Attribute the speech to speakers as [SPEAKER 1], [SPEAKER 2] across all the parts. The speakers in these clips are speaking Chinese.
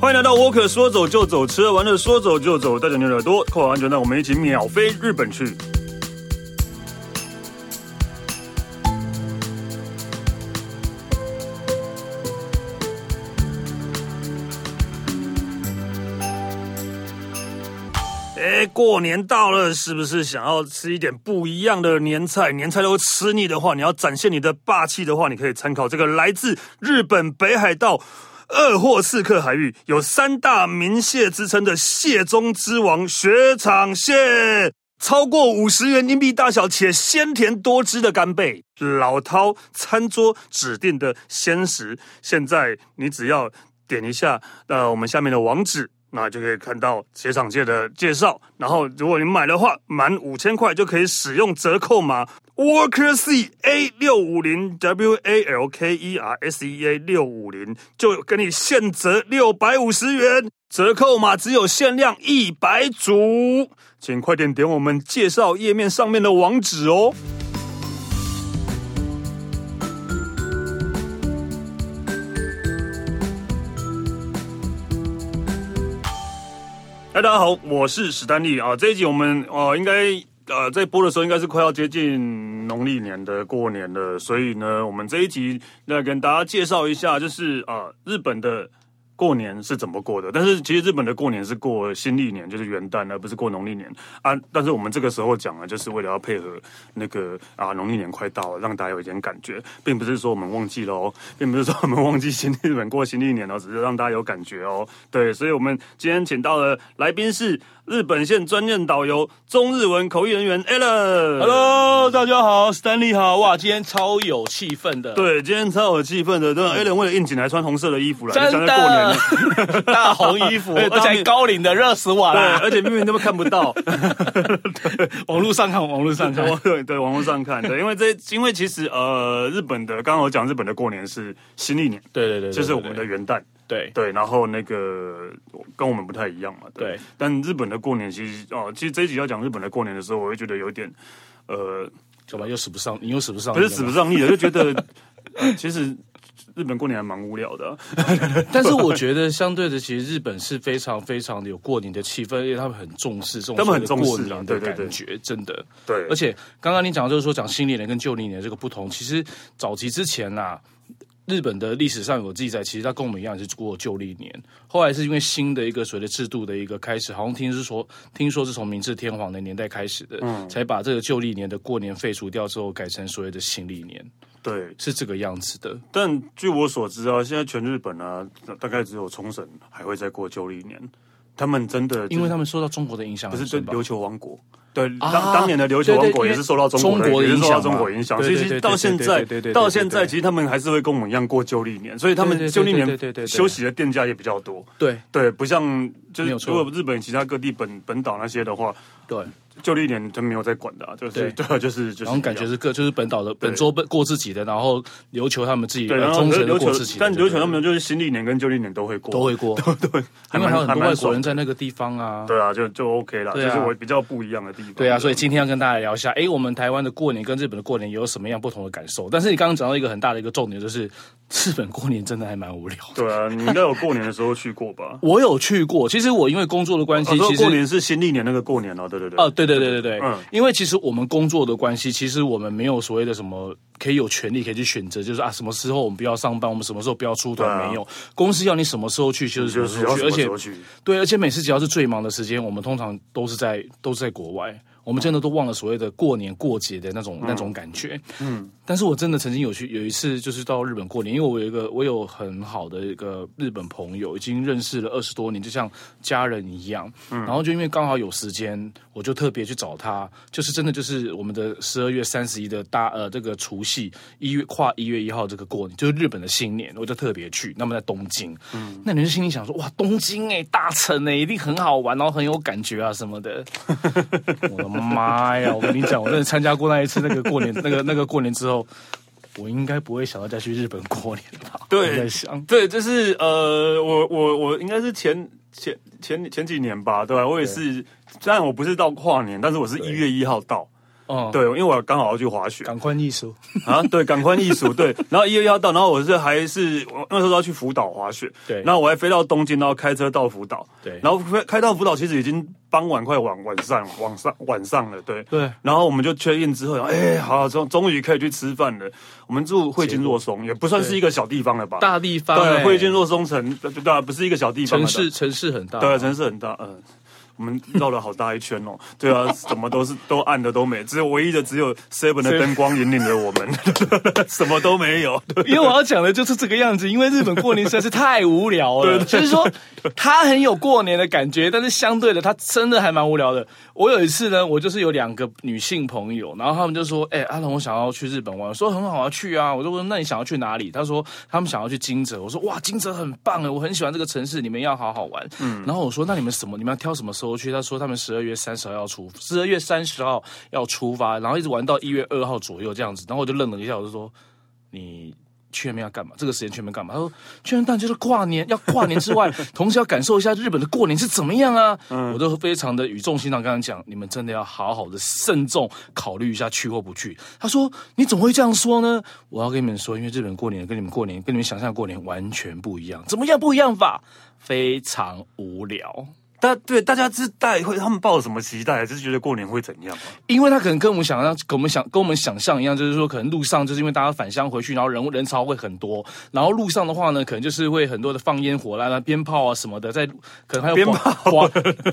[SPEAKER 1] 欢迎来到沃克，说走就走，吃了玩了说走就走，带着你的耳朵扣好安全带，我们一起秒飞日本去。哎，过年到了，是不是想要吃一点不一样的年菜？年菜都吃腻的话，你要展现你的霸气的话，你可以参考这个来自日本北海道。鄂霍次克海域有三大名蟹之称的蟹中之王雪场蟹，超过五十元硬币大小且鲜甜多汁的干贝，老饕餐桌指定的鲜食。现在你只要点一下呃我们下面的网址。那就可以看到雪场蟹的介绍，然后如果你买的话，满五千块就可以使用折扣码 Walker C A 六五零 W A L K E R S E A 六五零，就给你现折六百五十元，折扣码只有限量一百组，请快点点我们介绍页面上面的网址哦。哎嗨，大家好，我是史丹利啊。这一集我们呃，应该呃，在播的时候应该是快要接近农历年的过年了，所以呢，我们这一集要跟大家介绍一下，就是啊、呃日本的过年是怎么过的。但是其实日本的过年是过新历年，就是元旦，而不是过农历年啊。但是我们这个时候讲呢，就是为了要配合那个啊农历年快到了，让大家有一点感觉，并不是说我们忘记了哦，并不是说我们忘记新日本过新历 年哦，只是让大家有感觉哦。对，所以我们今天请到的来宾是日本线专任导游、中日文口译人员 Alan。
[SPEAKER 2] Hello，大家好，Stanley 好，哇，今天超有气氛的，，
[SPEAKER 1] 对，今天超有气氛的，真的 Alan 为了应景还穿红色的衣服来，
[SPEAKER 2] 真
[SPEAKER 1] 像在过年了
[SPEAKER 2] 的。， 大红衣服，
[SPEAKER 1] 哎
[SPEAKER 2] 而且还高啊领的，热死我
[SPEAKER 1] 对，
[SPEAKER 2] 了，
[SPEAKER 1] 而且明明都看不到，
[SPEAKER 2] 网络上看，网络上看，
[SPEAKER 1] 网对对网络上看，对，因为这因为其实呃，日本的刚刚我讲日本的过年是新历年，
[SPEAKER 2] 对对对，
[SPEAKER 1] 就是我们的元旦，
[SPEAKER 2] 对，
[SPEAKER 1] 对，然后那个跟我们不太一样嘛，对。
[SPEAKER 2] 对
[SPEAKER 1] 但日本的过年其实哦，其实这一集要讲日本的过年的时候，我会觉得有点呃，
[SPEAKER 2] 怎么又使不上，你又使不上，
[SPEAKER 1] 不是使不上力的，就觉得、呃其实日本过年还蛮无聊的啊、
[SPEAKER 2] 但是我觉得相对的，其实日本是非常非常的有过年的气氛，因为他们很重视这种
[SPEAKER 1] 他们很重视啊
[SPEAKER 2] 过年的
[SPEAKER 1] 对对对
[SPEAKER 2] 感觉，真的。
[SPEAKER 1] 对
[SPEAKER 2] 而且刚刚你讲就是说讲新历年跟旧历年这个不同，其实早期之前呐、日本的历史上有记载，其实它跟我们一样也是过旧历年。后来是因为新的一个所谓的制度的一个开始，好像听是说，听说是从明治天皇的年代开始的，
[SPEAKER 1] 嗯
[SPEAKER 2] 才把这个旧历年的过年废除掉之后，改成所谓的新历年，
[SPEAKER 1] 对，
[SPEAKER 2] 是这个样子的。
[SPEAKER 1] 但据我所知啊，现在全日本啊，大大概只有冲绳还会再过旧历年，他们真的就是
[SPEAKER 2] 因为他们受到中国的影响
[SPEAKER 1] 不
[SPEAKER 2] 很
[SPEAKER 1] 是对
[SPEAKER 2] 深吧，
[SPEAKER 1] 琉球王国。对，当
[SPEAKER 2] 啊
[SPEAKER 1] 当年的琉球王国也是受到中国的
[SPEAKER 2] 对对因为中
[SPEAKER 1] 也是受到
[SPEAKER 2] 国的影响
[SPEAKER 1] 中国影响，
[SPEAKER 2] 嘛
[SPEAKER 1] 所以其
[SPEAKER 2] 对
[SPEAKER 1] 实
[SPEAKER 2] 对对
[SPEAKER 1] 到现在
[SPEAKER 2] 对对对对对
[SPEAKER 1] 到现在，
[SPEAKER 2] 对
[SPEAKER 1] 其实他们还是会跟我们一样过旧历年，所以他
[SPEAKER 2] 对
[SPEAKER 1] 们
[SPEAKER 2] 对对
[SPEAKER 1] 旧历
[SPEAKER 2] 对
[SPEAKER 1] 年
[SPEAKER 2] 对对对对
[SPEAKER 1] 休息的店家也比较多。
[SPEAKER 2] 对
[SPEAKER 1] 对，不像就
[SPEAKER 2] 没
[SPEAKER 1] 是
[SPEAKER 2] 有错
[SPEAKER 1] 如果日本其他各地本本岛那些的话，
[SPEAKER 2] 对。
[SPEAKER 1] 旧历年他没有在管的、啊，就是对啊，就是就是一样，
[SPEAKER 2] 然后感觉是各就是本岛的本州本过自己的，然后琉球他们自己
[SPEAKER 1] 对，
[SPEAKER 2] 呃
[SPEAKER 1] 然后
[SPEAKER 2] 中绳
[SPEAKER 1] 琉
[SPEAKER 2] 的
[SPEAKER 1] 球
[SPEAKER 2] 过自己，的，
[SPEAKER 1] 但
[SPEAKER 2] 对
[SPEAKER 1] 琉球他们就是新历年跟旧历年都会过，
[SPEAKER 2] 都会过，
[SPEAKER 1] 对，还
[SPEAKER 2] 因
[SPEAKER 1] 蛮
[SPEAKER 2] 为还有
[SPEAKER 1] 还
[SPEAKER 2] 很多
[SPEAKER 1] 蛮
[SPEAKER 2] 外国人
[SPEAKER 1] 爽的
[SPEAKER 2] 在那个地方啊。
[SPEAKER 1] 对啊，就就 OK 啦，
[SPEAKER 2] 对啊
[SPEAKER 1] 就是我比较不一样的地方。
[SPEAKER 2] 对啊，所以今天要跟大家聊一下，诶，我们台湾的过年跟日本的过年有什么样不同的感受？但是你刚刚讲到一个很大的一个重点，就是日本过年真的还蛮无聊。？
[SPEAKER 1] 对啊，你应该有过年的时候去过吧
[SPEAKER 2] 我有去过，其实我因为工作的关系，
[SPEAKER 1] 我说
[SPEAKER 2] 其实
[SPEAKER 1] 过年是新历年那个过年哦，对对对，
[SPEAKER 2] 哦，对对对对对，
[SPEAKER 1] 嗯
[SPEAKER 2] 因为其实我们工作的关系，其实我们没有所谓的什么可以有权利可以去选择，就是啊，什么时候我们不要上班，我们什么时候不要出团，
[SPEAKER 1] 对啊
[SPEAKER 2] 没有公司要你什么时候去就是什
[SPEAKER 1] 就
[SPEAKER 2] 么
[SPEAKER 1] 是
[SPEAKER 2] 时
[SPEAKER 1] 要
[SPEAKER 2] 候去，
[SPEAKER 1] 什么
[SPEAKER 2] 而
[SPEAKER 1] 时
[SPEAKER 2] 且
[SPEAKER 1] 候去？
[SPEAKER 2] 对，而且每次只要是最忙的时间，我们通常都是在都是在国外。我们真的都忘了所谓的过年过节的那种、那种感觉。嗯，但是我真的曾经有去有一次，就是到日本过年，因为我有一个我有很好的一个日本朋友，已经认识了二十多年，就像家人一样。嗯，然后就因为刚好有时间，我就特别去找他，就是真的就是我们的十二月三十一的大呃这个除夕一月跨一月一号这个过年，就是日本的新年，我就特别去。那么在东京，那你就心里想说，哇，东京哎、大城哎、一定很好玩，然后很有感觉啊什么的。我的妈呀！我跟你讲，我真的参加过那一次那个 过年，那个那个过年之后，我应该不会想要再去日本过年了吧？
[SPEAKER 1] 对
[SPEAKER 2] 我在想，
[SPEAKER 1] 对，就是呃，我我我应该是前前前前几年吧，对吧、我也是，虽然我不是到跨年，但是我是一月一号到，
[SPEAKER 2] 哦
[SPEAKER 1] 对，因为我刚好要去滑雪
[SPEAKER 2] 感官艺术，
[SPEAKER 1] 啊，对，感官艺术， 对。然后一月一号到，然后我是还是我那时候要去福岛滑雪，
[SPEAKER 2] 对
[SPEAKER 1] 然后我还飞到东京，然后开车到福岛，
[SPEAKER 2] 对
[SPEAKER 1] 然后开开到福岛，其实已经傍晚快晚晚上晚上晚上了，对
[SPEAKER 2] 对
[SPEAKER 1] 然后我们就确认之后，哎，好，终终于可以去吃饭了。我们住汇金若松，也不算是一个小地方了吧？
[SPEAKER 2] 大地方
[SPEAKER 1] 对，
[SPEAKER 2] 欸
[SPEAKER 1] 汇金若松城，对对啊，不是一个小地方了
[SPEAKER 2] 城
[SPEAKER 1] 的，
[SPEAKER 2] 市城市很大，
[SPEAKER 1] 对，城市很大，嗯、我们绕了好大一圈哦。 对啊，什么都是都暗的都没，只有唯一的只有 Seven 的灯光引领着我们， 什么都没 有。对
[SPEAKER 2] 因为我要讲的就是这个样子，因为日本过年实在是太无聊了。就是说，它很有过年的感觉，但是相对的，它真的还蛮无聊的。我有一次呢，我就是有两个女性朋友，然后她们就说：“哎、阿龙，我想要去日本玩。”我说：“很好啊，去啊。”我就说：“那你想要去哪里？”她说：“他们想要去金泽。”我说：“哇，金泽很棒哎，我很喜欢这个城市，你们要好好玩。”嗯，然后我说：“那你们什么？你们要挑什么时候去？”她说：“他们十二月三十号要出，十二月三十号要出发，然后一直玩到一月二号左右这样子。”然后我就愣了一下，我就说。你去那边要干嘛？这个时间去那边干嘛？他说，去那边当然就是跨年，要跨年之外，同时要感受一下日本的过年是怎么样啊！我都非常的语重心长跟他讲，你们真的要好好的慎重考虑一下去或不去。他说，你怎么会这样说呢？我要跟你们说，因为日本过年跟你们过年跟你们想象的过年完全不一样，怎么样不一样法？非常无聊。
[SPEAKER 1] 大对大家是待会他们抱着什么期待，就是觉得过年会怎样、啊？
[SPEAKER 2] 因为他可能跟我们想象，跟我们想跟我们想象一样，就是说，可能路上就是因为大家返乡回去，然后人人潮会很多，然后路上的话呢，可能就是会很多的放烟火啦、啦鞭炮啊什么的，在可能还有
[SPEAKER 1] 鞭
[SPEAKER 2] 广广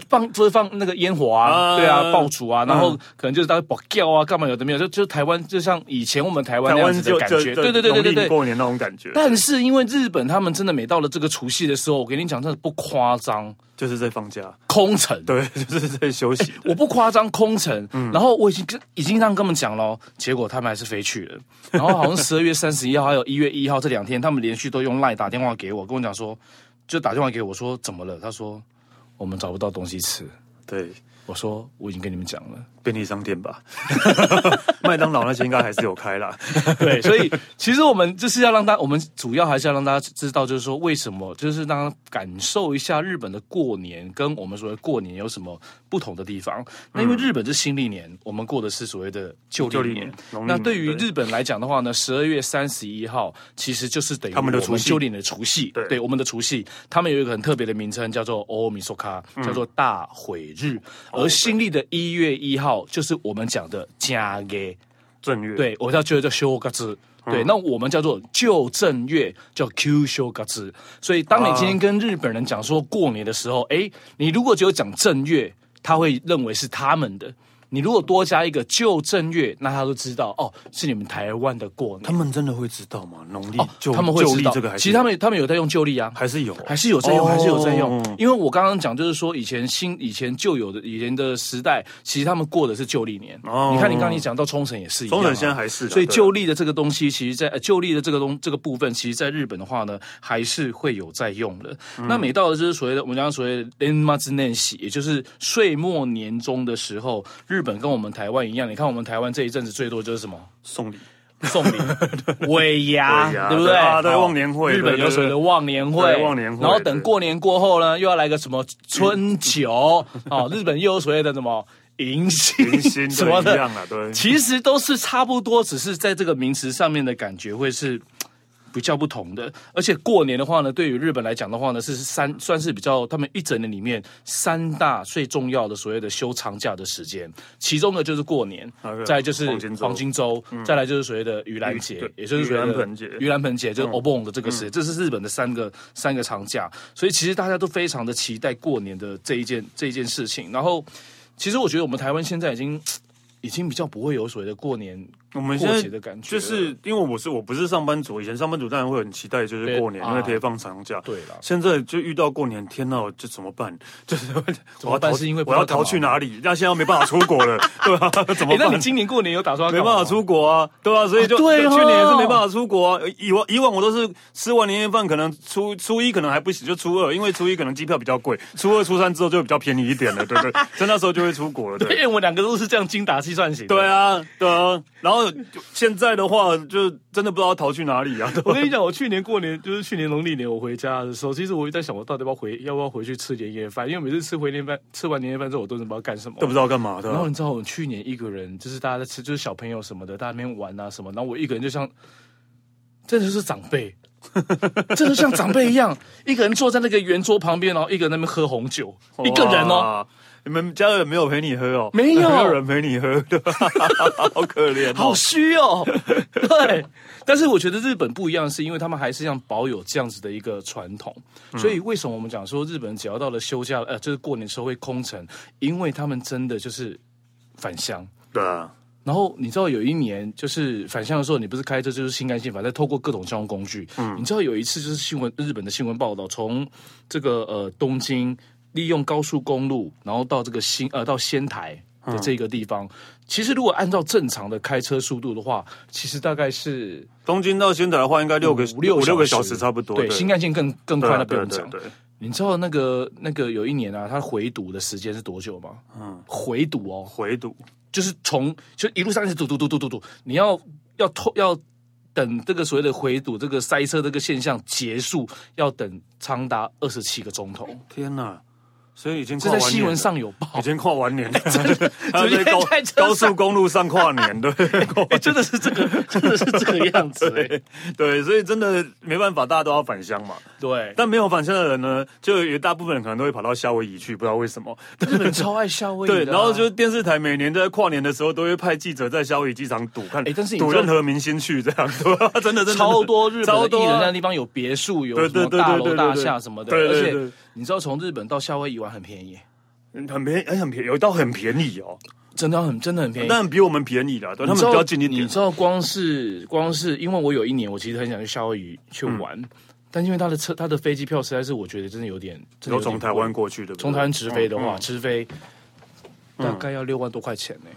[SPEAKER 2] 放就是放那个烟火啊，
[SPEAKER 1] 啊嗯
[SPEAKER 2] 对啊，爆竹啊，然后可能就是大家爆叫啊，干嘛有的没有，就就台湾就像以前我们台湾那样子的感觉，对对对对对对，
[SPEAKER 1] 过年那种感觉，
[SPEAKER 2] 但是因为日本他们真的每到了这个除夕的时候，我跟你讲，真的不夸张，
[SPEAKER 1] 就是在放假，
[SPEAKER 2] 空城。
[SPEAKER 1] 对， 就是在休 息。
[SPEAKER 2] 我不夸张，空城。然后我已经跟已经让他们讲了哦，结果他们还是飞去了。然后好像十二月三十一号还有一月一号这两天，他们连续都用赖打电话给我，跟我讲说，就打电话给我说怎么了？他说我们找不到东西吃。
[SPEAKER 1] 对，
[SPEAKER 2] 我说我已经跟你们讲了。
[SPEAKER 1] 便利商店吧， 麦当劳那些应该还是有开啦。
[SPEAKER 2] 对，所以其实我们就是要让大，我们主要还是要让大家知道，就是说为什么，就是让大家感受一下日本的过年跟我们所谓过年有什么不同的地
[SPEAKER 1] 嗯
[SPEAKER 2] 方。那因为日本是新历年，我们过的是所谓的旧
[SPEAKER 1] 旧
[SPEAKER 2] 历
[SPEAKER 1] 历
[SPEAKER 2] 年
[SPEAKER 1] 年。农历
[SPEAKER 2] 那
[SPEAKER 1] 年
[SPEAKER 2] 对于
[SPEAKER 1] 对
[SPEAKER 2] 日本来讲的话呢，十二月三十一号其实就是等于
[SPEAKER 1] 他们的
[SPEAKER 2] 我
[SPEAKER 1] 除夕
[SPEAKER 2] 旧历年的除夕，
[SPEAKER 1] 对
[SPEAKER 2] 我们的除夕，他们有一个很特别的名称叫做欧米索卡，
[SPEAKER 1] 嗯
[SPEAKER 2] 叫做大毁日。
[SPEAKER 1] 哦
[SPEAKER 2] 而新历的一月一号就是我们讲的加给。
[SPEAKER 1] 正月，
[SPEAKER 2] 对，我叫就叫修嘎子。
[SPEAKER 1] 嗯
[SPEAKER 2] 对，那我们叫做旧正月，叫 Q 修嘎子。所以，当你今天跟日本人讲说过年的时候，
[SPEAKER 1] 嗯
[SPEAKER 2] 诶，你如果只有讲正月，他会认为是他们的；你如果多加一个旧正月，那他就知道哦，是你们台湾的过
[SPEAKER 1] 他
[SPEAKER 2] 年。
[SPEAKER 1] 们真的会知道吗？农历旧
[SPEAKER 2] 哦他们会
[SPEAKER 1] 旧
[SPEAKER 2] 知
[SPEAKER 1] 历
[SPEAKER 2] 道
[SPEAKER 1] 这个，还是
[SPEAKER 2] 其实他们他们有在用旧历啊，
[SPEAKER 1] 还是有，
[SPEAKER 2] 还是有在用，
[SPEAKER 1] 哦
[SPEAKER 2] 还是有在用。因为我刚刚讲，就是说以前新、以前旧有的、以前的时代，其实他们过的是旧历年。
[SPEAKER 1] 哦
[SPEAKER 2] 你看，你刚刚你讲到冲绳也是一样、啊，
[SPEAKER 1] 中等现在还是啦，
[SPEAKER 2] 所以
[SPEAKER 1] 对啊
[SPEAKER 2] 旧历的这个东西，其实在呃旧历的这个东这个部分，其实在日本的话呢，还是会有在用的。
[SPEAKER 1] 嗯
[SPEAKER 2] 那每到了就是所谓的我们讲所谓的 n m a z n e s 也就是岁末年终的时候，日本跟我们台湾一样，你看我们台湾这一阵子最多就是什么？
[SPEAKER 1] 送礼，
[SPEAKER 2] 送 礼、尾牙
[SPEAKER 1] 尾，牙
[SPEAKER 2] 对不
[SPEAKER 1] 对
[SPEAKER 2] 对？
[SPEAKER 1] 啊对
[SPEAKER 2] 好
[SPEAKER 1] 忘年会
[SPEAKER 2] 日本
[SPEAKER 1] 对对
[SPEAKER 2] 有所谓的忘年会，
[SPEAKER 1] 对忘年会
[SPEAKER 2] 然后等过年过后呢，又要来个什么春酒， 哦，日本又有所谓的什么迎新
[SPEAKER 1] 迎 新
[SPEAKER 2] 什么
[SPEAKER 1] 对一
[SPEAKER 2] 的
[SPEAKER 1] 样，啊，对，
[SPEAKER 2] 其实都是差不多，只是在这个名词上面的感觉会是。嘖比较不同的，而且过年的话呢，对于日本来讲的话呢，是三算是比较他们一整年里面三大最重要的所谓的休长假的时间，其中的就是过年
[SPEAKER 1] 啊对，
[SPEAKER 2] 再来就是
[SPEAKER 1] 黄金周嗯
[SPEAKER 2] 黄金周，再来就是所谓的盂兰节
[SPEAKER 1] 对，
[SPEAKER 2] 也就是所
[SPEAKER 1] 盂
[SPEAKER 2] 谓的
[SPEAKER 1] 兰盆嗯节
[SPEAKER 2] 盂兰盆节就是 Obon 的这个时间，这是日本的三个三个长假，所以其实大家都非常的期待过年的这一件这一件事情。然后，其实我觉得我们台湾现在已经已经比较不会有所谓的过年
[SPEAKER 1] 我们现
[SPEAKER 2] 过
[SPEAKER 1] 在
[SPEAKER 2] 节的感觉
[SPEAKER 1] 就
[SPEAKER 2] 了，
[SPEAKER 1] 是因为我是我不是上班族，以前上班族当然会很期待就是
[SPEAKER 2] 对
[SPEAKER 1] 过年，
[SPEAKER 2] 啊
[SPEAKER 1] 因为可以放长假。
[SPEAKER 2] 对啦
[SPEAKER 1] 现在就遇到过年，天呐， 这 怎么办？就是我要
[SPEAKER 2] 办
[SPEAKER 1] 逃，
[SPEAKER 2] 是因为不
[SPEAKER 1] 我
[SPEAKER 2] 知道
[SPEAKER 1] 要逃去哪里？那 现在没办法出国了， 对吧？怎
[SPEAKER 2] 诶
[SPEAKER 1] 么
[SPEAKER 2] 那你
[SPEAKER 1] 办？
[SPEAKER 2] 今年过年有打算要
[SPEAKER 1] 没
[SPEAKER 2] 干嘛
[SPEAKER 1] 办
[SPEAKER 2] 吗
[SPEAKER 1] 法出国啊，对吧、所以就、
[SPEAKER 2] 啊对哦
[SPEAKER 1] 去年也是没办法出国啊。以往以往我都是吃完年夜饭，可能初初一可能还不行，就初二，因为初一可能机票比较贵，初二、初三之后就比较便宜一点 了，对不对？所以那时候就会出国了，对
[SPEAKER 2] 对，因。为我们两个都是这样精打细算型的。
[SPEAKER 1] 对啊，对啊，然后那现在的话，就真的不知道逃去哪里啊。对 吧
[SPEAKER 2] 我跟你讲，我去年过年就是去年农历年，我回家的时候，其实我就在想，我到底要不要回，要不要回去吃年夜饭？因为每次吃回年夜饭，吃完年夜饭之后，我都是不知道干什么
[SPEAKER 1] 都。不知道干嘛的
[SPEAKER 2] 然。后你知道我去年一个人，就是大家在吃，就是小朋友什么的，大家在那边玩啊什么，然后我一个人就像，真的就是长辈，真的像长辈一样，一个人坐在那个圆桌旁边，然后一个人在那边喝红酒，一个人哦，
[SPEAKER 1] 哇，你们家人没有陪你喝哦？
[SPEAKER 2] 没有
[SPEAKER 1] 没有人陪你喝的， 好可怜
[SPEAKER 2] 好
[SPEAKER 1] 哦。
[SPEAKER 2] 虚哦。对，但是我觉得日本不一样，是因为他们还是像保有这样子的一个传统。所以为什么我们讲说日本只要到了休假，呃，就是过年的时候会空城，因为他们真的就是返乡。
[SPEAKER 1] 对啊，
[SPEAKER 2] 然后你知道有一年就是返乡的时候，你不是开车就是新干线，反正透过各种交通工具。你知道有一次就是新闻日本的新闻报道，从这个呃东京利用高速公路，然后到这个新呃到仙台的这个地方，其实如果按照正常的开车速度的话，其实大概是
[SPEAKER 1] 东京到仙台的话，应该六个
[SPEAKER 2] 五六
[SPEAKER 1] 五六个
[SPEAKER 2] 小
[SPEAKER 1] 小
[SPEAKER 2] 时
[SPEAKER 1] 时差不多。
[SPEAKER 2] 对新干线更更
[SPEAKER 1] 对
[SPEAKER 2] 快
[SPEAKER 1] 啊
[SPEAKER 2] 了，不
[SPEAKER 1] 对
[SPEAKER 2] 用
[SPEAKER 1] 对
[SPEAKER 2] 讲。
[SPEAKER 1] 对，对
[SPEAKER 2] 你知道那个那个有一年啊，他回堵的时间是多久吗？嗯，回堵哦，
[SPEAKER 1] 回堵
[SPEAKER 2] 就是从就一路上一直堵堵堵堵堵堵，你要要透要等这个所谓的回堵这个塞车这个现象结束，要等长达二十七个钟头，
[SPEAKER 1] 天哪！所以已经
[SPEAKER 2] 这
[SPEAKER 1] 跨
[SPEAKER 2] 在
[SPEAKER 1] 完
[SPEAKER 2] 新
[SPEAKER 1] 年
[SPEAKER 2] 闻
[SPEAKER 1] 了
[SPEAKER 2] 上有
[SPEAKER 1] 已
[SPEAKER 2] 报，
[SPEAKER 1] 经跨完 年了， 还有在高
[SPEAKER 2] 直接在车上
[SPEAKER 1] 高速公路上跨年， 对，跨完
[SPEAKER 2] 真的是这 个真的是这个样子、欸，
[SPEAKER 1] 对对，所以真的没办法，大家都要返乡嘛。
[SPEAKER 2] 对。
[SPEAKER 1] 但没有返乡的人呢，就有大部分人可能都会跑到夏威夷去，不知道为什么。
[SPEAKER 2] 日本超爱夏威夷的啊、
[SPEAKER 1] 对，然后就电视台每年在跨年的时候都会派记者在夏威夷机场堵，看
[SPEAKER 2] 哎但是你
[SPEAKER 1] 堵
[SPEAKER 2] 知道
[SPEAKER 1] 任何明星去这样，对吧？ 真的真的
[SPEAKER 2] 超多日
[SPEAKER 1] 超
[SPEAKER 2] 本的
[SPEAKER 1] 多
[SPEAKER 2] 艺
[SPEAKER 1] 啊
[SPEAKER 2] 人在那地方有别墅，有
[SPEAKER 1] 对
[SPEAKER 2] 什么
[SPEAKER 1] 对对
[SPEAKER 2] 大
[SPEAKER 1] 对
[SPEAKER 2] 楼
[SPEAKER 1] 对
[SPEAKER 2] 大
[SPEAKER 1] 对对
[SPEAKER 2] 厦什么的，
[SPEAKER 1] 对对
[SPEAKER 2] 而
[SPEAKER 1] 对
[SPEAKER 2] 且你知道从日本到夏威夷玩很便宜，
[SPEAKER 1] 很便宜，哎很便宜，有到很便宜哦，
[SPEAKER 2] 真的很真的很便宜。
[SPEAKER 1] 但比我们便宜啦，对，他
[SPEAKER 2] 哎你
[SPEAKER 1] 们
[SPEAKER 2] 知道
[SPEAKER 1] 比较近一点
[SPEAKER 2] 你。知道，光是光是，因为我有一年，我其实很想去夏威夷去玩，
[SPEAKER 1] 嗯
[SPEAKER 2] 但因为他的车、他的飞机票实在是，我觉得真的有点，真的
[SPEAKER 1] 都
[SPEAKER 2] 有点
[SPEAKER 1] 从台湾嗯
[SPEAKER 2] 贵
[SPEAKER 1] 过去的，
[SPEAKER 2] 从台湾直飞的话，直飞
[SPEAKER 1] 嗯
[SPEAKER 2] 大概要六万多块钱呢、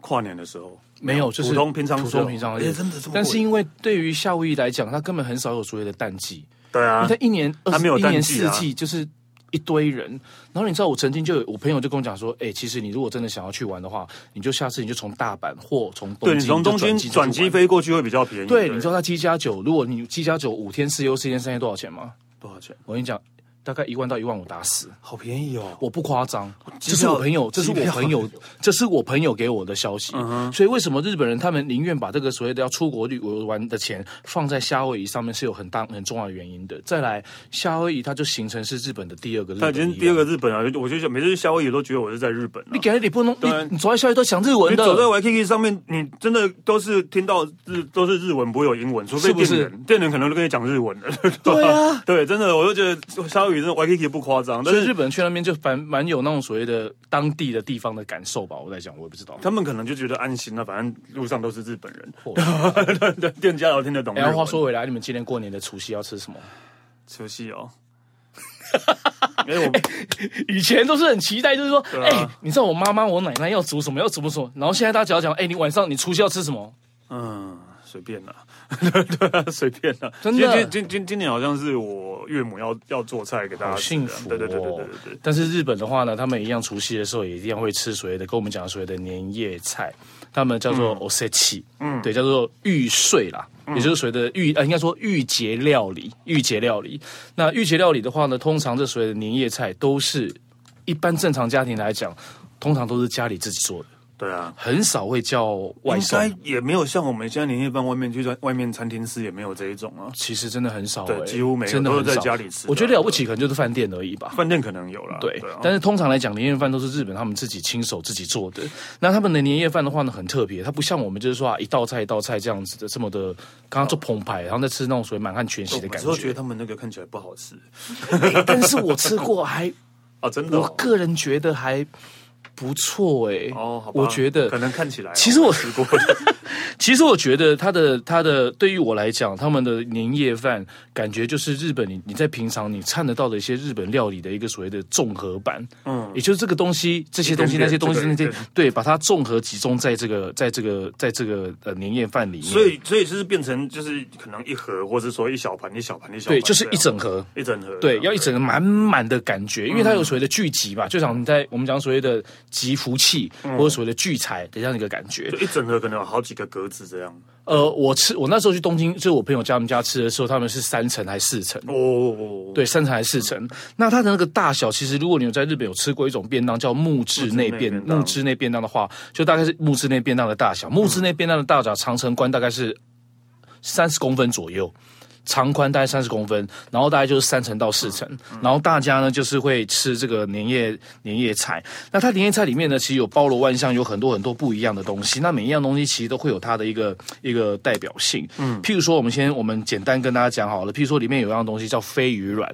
[SPEAKER 1] 跨年的时候，
[SPEAKER 2] 没有，就是
[SPEAKER 1] 普通平常
[SPEAKER 2] 普
[SPEAKER 1] 时候
[SPEAKER 2] 通平常
[SPEAKER 1] 哎真的这么贵
[SPEAKER 2] 但是因为对于夏威夷来讲，它根本很少有所谓的淡季，
[SPEAKER 1] 对啊
[SPEAKER 2] 你，在一年二
[SPEAKER 1] 它
[SPEAKER 2] 十
[SPEAKER 1] 没有
[SPEAKER 2] 一
[SPEAKER 1] 淡
[SPEAKER 2] 年
[SPEAKER 1] 季
[SPEAKER 2] 四
[SPEAKER 1] 啊
[SPEAKER 2] 季就是一堆人。然后你知道，我曾经就有我朋友就跟我讲说，哎、其实你如果真的想要去玩的话，你就下次你就从大阪或从东
[SPEAKER 1] 对
[SPEAKER 2] 京
[SPEAKER 1] 你从东京
[SPEAKER 2] 就
[SPEAKER 1] 转
[SPEAKER 2] 去
[SPEAKER 1] 机
[SPEAKER 2] 玩
[SPEAKER 1] 飞过去会比较便宜。
[SPEAKER 2] 对，你知道他七加九，如果你七加九五天四优四天三夜多少钱吗？
[SPEAKER 1] 多少钱？
[SPEAKER 2] 我跟你讲，大概一万到一万五打死，
[SPEAKER 1] 好便宜哦！
[SPEAKER 2] 我不夸张。
[SPEAKER 1] 机
[SPEAKER 2] 这是
[SPEAKER 1] 票
[SPEAKER 2] 我朋友，这是
[SPEAKER 1] 机
[SPEAKER 2] 我
[SPEAKER 1] 票嗯
[SPEAKER 2] 朋友，这是我朋友给我的消息。所以为什么日本人他们宁愿把这个所谓的要出国旅游玩的钱放在夏威夷上面，是有很大很重要的原因的。再来，夏威夷它就形成是日本的啊第二个日
[SPEAKER 1] 他
[SPEAKER 2] 本
[SPEAKER 1] 已
[SPEAKER 2] 一样，
[SPEAKER 1] 经第二个日本了，我就想每次去夏威夷都觉得我是在日本、啊
[SPEAKER 2] 你。感觉你不能，
[SPEAKER 1] 对啊
[SPEAKER 2] 你你走在夏威夷都讲日文
[SPEAKER 1] 你
[SPEAKER 2] 的，
[SPEAKER 1] 走在 YKK 上面，你真的都是听到日都是日文，不会有英文，除非
[SPEAKER 2] 是不
[SPEAKER 1] 店
[SPEAKER 2] 是
[SPEAKER 1] 员，店员可能都跟你讲日文的。
[SPEAKER 2] 对啊，
[SPEAKER 1] 对，真的，我就觉得夏威夷真的 YKK 不夸张，但
[SPEAKER 2] 所以日
[SPEAKER 1] 是
[SPEAKER 2] 本去那边就蛮蛮有那种所谓的当地的地方的感受吧。我在讲，我也不知道。
[SPEAKER 1] 他们可能就觉得安心了，啊反正路上都是日本 人
[SPEAKER 2] 或，
[SPEAKER 1] 对对，店家都听得懂日
[SPEAKER 2] 然
[SPEAKER 1] 文。
[SPEAKER 2] 后哎话说回来，你们今年过年的除夕要吃什么？
[SPEAKER 1] 除夕哦， 因为我
[SPEAKER 2] 以前都是很期待，就是说，
[SPEAKER 1] 对
[SPEAKER 2] 哎、
[SPEAKER 1] 啊
[SPEAKER 2] 你知道我妈妈、我奶奶要煮什么，要煮什么。然后现在大家只要讲，哎、你晚上你除夕要吃什么？
[SPEAKER 1] 嗯，随便啦， 对啊，随便啦。
[SPEAKER 2] 真的
[SPEAKER 1] 今今今今年好像是我岳母要要做菜给大家
[SPEAKER 2] 好
[SPEAKER 1] 吃
[SPEAKER 2] 幸
[SPEAKER 1] 的
[SPEAKER 2] 福、
[SPEAKER 1] 啊
[SPEAKER 2] 哦，
[SPEAKER 1] 对对对对对对啊对。
[SPEAKER 2] 但是日本的话呢，他们一样除夕的时候也一样会吃所谓的，跟我们讲的所谓的年夜菜，他们叫做 osechi，嗯，对，叫做玉碎啦。
[SPEAKER 1] 嗯
[SPEAKER 2] 也就是所谓的御呃，应该说御节料理，御节料理。那御节料理的话呢，通常这所谓的年夜菜都是一般正常家庭来讲，通常都是家里自己做的，
[SPEAKER 1] 对啊，
[SPEAKER 2] 很少会叫外
[SPEAKER 1] 应
[SPEAKER 2] 送。
[SPEAKER 1] 该也没有像我们现在年夜饭外面去在外面餐厅吃也没有这一种啊，
[SPEAKER 2] 其实真的很少、欸，
[SPEAKER 1] 对几乎没有
[SPEAKER 2] 真的很少
[SPEAKER 1] 都是在家里吃的
[SPEAKER 2] 我觉得了不起，可能就是饭店而已吧。
[SPEAKER 1] 饭店可能有啦。
[SPEAKER 2] 对，
[SPEAKER 1] 啊，
[SPEAKER 2] 但是通常来讲，年夜饭都是日本他们自己亲手自己做的。那他们的年夜饭的话呢，很特别，它不像我们就是说啊，一道菜一道菜这样子的，这么的，刚刚做澎湃，然后再吃那种所谓满汉全席的
[SPEAKER 1] 有
[SPEAKER 2] 感
[SPEAKER 1] 时候觉得
[SPEAKER 2] 觉。
[SPEAKER 1] 他们那个看起来不好吃
[SPEAKER 2] 哎但是我吃过还，
[SPEAKER 1] 啊，真的
[SPEAKER 2] 我
[SPEAKER 1] 哦。
[SPEAKER 2] 个人觉得还不错哎、
[SPEAKER 1] 哦，好吧
[SPEAKER 2] 我觉得
[SPEAKER 1] 可能看起来哦，
[SPEAKER 2] 其实我
[SPEAKER 1] 吃过的
[SPEAKER 2] 其实我觉得他的他的对于我来讲，他们的年夜饭感觉就是日本你你在平常你看得到的一些日本料理的一个所谓的综合版，嗯，也就是这个东西、这些东西、
[SPEAKER 1] 一
[SPEAKER 2] 那
[SPEAKER 1] 点点
[SPEAKER 2] 些东西、
[SPEAKER 1] 这个
[SPEAKER 2] 那些
[SPEAKER 1] 对
[SPEAKER 2] 对，把它综合集中在这个在这个在这个呃年夜饭里面，
[SPEAKER 1] 所以所以就是变成就是可能一盒，或者说一小盘一小盘一小盘这样，
[SPEAKER 2] 对，就是一整盒。
[SPEAKER 1] 一整盒，
[SPEAKER 2] 对，要一整个满满的感觉，
[SPEAKER 1] 嗯
[SPEAKER 2] 因为它有所谓的聚集嘛，就像
[SPEAKER 1] 嗯
[SPEAKER 2] 你在我们讲所谓的集福气，或者所谓的聚财的这样一个感觉
[SPEAKER 1] 就。一整盒可能有好几几个格子这样。
[SPEAKER 2] 呃，我吃我那时候去东京，就是我朋友家他们家吃的时候，他们是三层还是四层？
[SPEAKER 1] 哦哦哦，
[SPEAKER 2] 对，三层还是四层？那它的那个大小，其实如果你有在日本有吃过一种便当叫木质内便
[SPEAKER 1] 木质内便当
[SPEAKER 2] 木质内便当的话，就大概是木质内便当的大小。木质内便当的大小，长城宽大概是三十公分左右。长宽大概三十公分，然后大概就是三层到四层，然后大家呢就是会吃这个年夜年夜菜。那它年夜菜里面呢，其实有包罗万象，有很多很多不一样的东西。那每一样东西其实都会有它的一个一个代表性。嗯，譬如说，我们先我们简单跟大家讲好了，譬如说里面有一样东西叫飞鱼卵，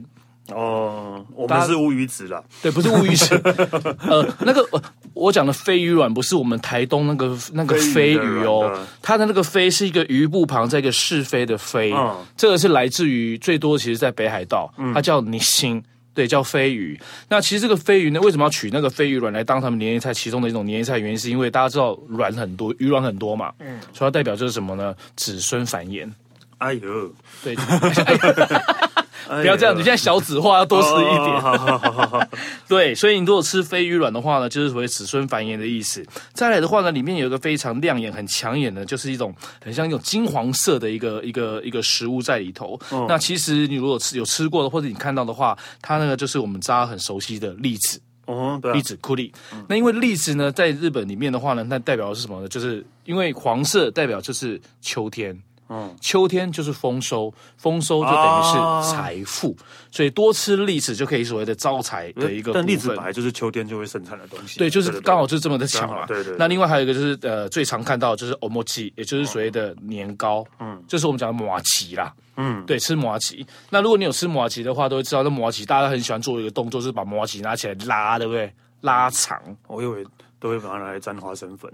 [SPEAKER 1] 哦，我
[SPEAKER 2] 大
[SPEAKER 1] 们
[SPEAKER 2] 家
[SPEAKER 1] 是乌鱼子啦，
[SPEAKER 2] 对，不是乌 鱼子，呃，那个呃我讲的飞鱼卵不是我们台东那个那个飞
[SPEAKER 1] 飞鱼的
[SPEAKER 2] 鱼
[SPEAKER 1] 卵
[SPEAKER 2] 哦
[SPEAKER 1] 对，
[SPEAKER 2] 它的那个飞是一个鱼部旁在一个是非的非，
[SPEAKER 1] 嗯
[SPEAKER 2] 这个是来自于最多其实在北海道，它叫尼星。对，叫飞鱼。那其实这个飞鱼呢，为什么要取那个飞鱼卵来当他们年夜菜其中的一种年夜菜？原因是因为大家知道卵很多，鱼卵很多嘛，嗯，所以它代表就是什么呢？子孙繁衍。
[SPEAKER 1] 哎呦， 哎
[SPEAKER 2] 对，
[SPEAKER 1] 不
[SPEAKER 2] 不要这样子，现在小子化要多吃一点。
[SPEAKER 1] 哦好好好好好，
[SPEAKER 2] 对，所以你如果吃飞鱼卵的话呢，就是所谓子孙繁衍的意思。再来的话呢，里面有一个非常亮眼、很抢眼的，就是一种很像一种金黄色的一个一个一个食物在里头。
[SPEAKER 1] 嗯
[SPEAKER 2] 那其实你如果吃有吃过的，或者你看到的话，它那个就是我们大家很熟悉的栗子。
[SPEAKER 1] 哦， 对啊
[SPEAKER 2] 栗，子库栗。那因为栗子呢，在日本里面的话呢，那代表的是什么呢？就是因为黄色代表就是秋天。
[SPEAKER 1] 嗯
[SPEAKER 2] 秋天就是丰收，丰收就等于
[SPEAKER 1] 啊
[SPEAKER 2] 是财富，所以多吃栗子就可以所谓的招财的一
[SPEAKER 1] 呃
[SPEAKER 2] 个部分。
[SPEAKER 1] 但栗子本来就是秋天就会生产的东西，
[SPEAKER 2] 对，就是刚好就是这么的巧
[SPEAKER 1] 刚
[SPEAKER 2] 嘛。
[SPEAKER 1] 好对对对
[SPEAKER 2] 那另外还有一个就是呃，最常看到的就是 omochi，也就是所谓的年糕，嗯，就是我们讲的麻吉啦。
[SPEAKER 1] 嗯
[SPEAKER 2] 嗯，对，吃麻吉。那如果你有吃麻吉的话，都会知道那麻吉大家很喜欢做一个动作，就是把麻吉拿起来拉，对不对？拉长。
[SPEAKER 1] 我以为都会把它拿来沾花生粉，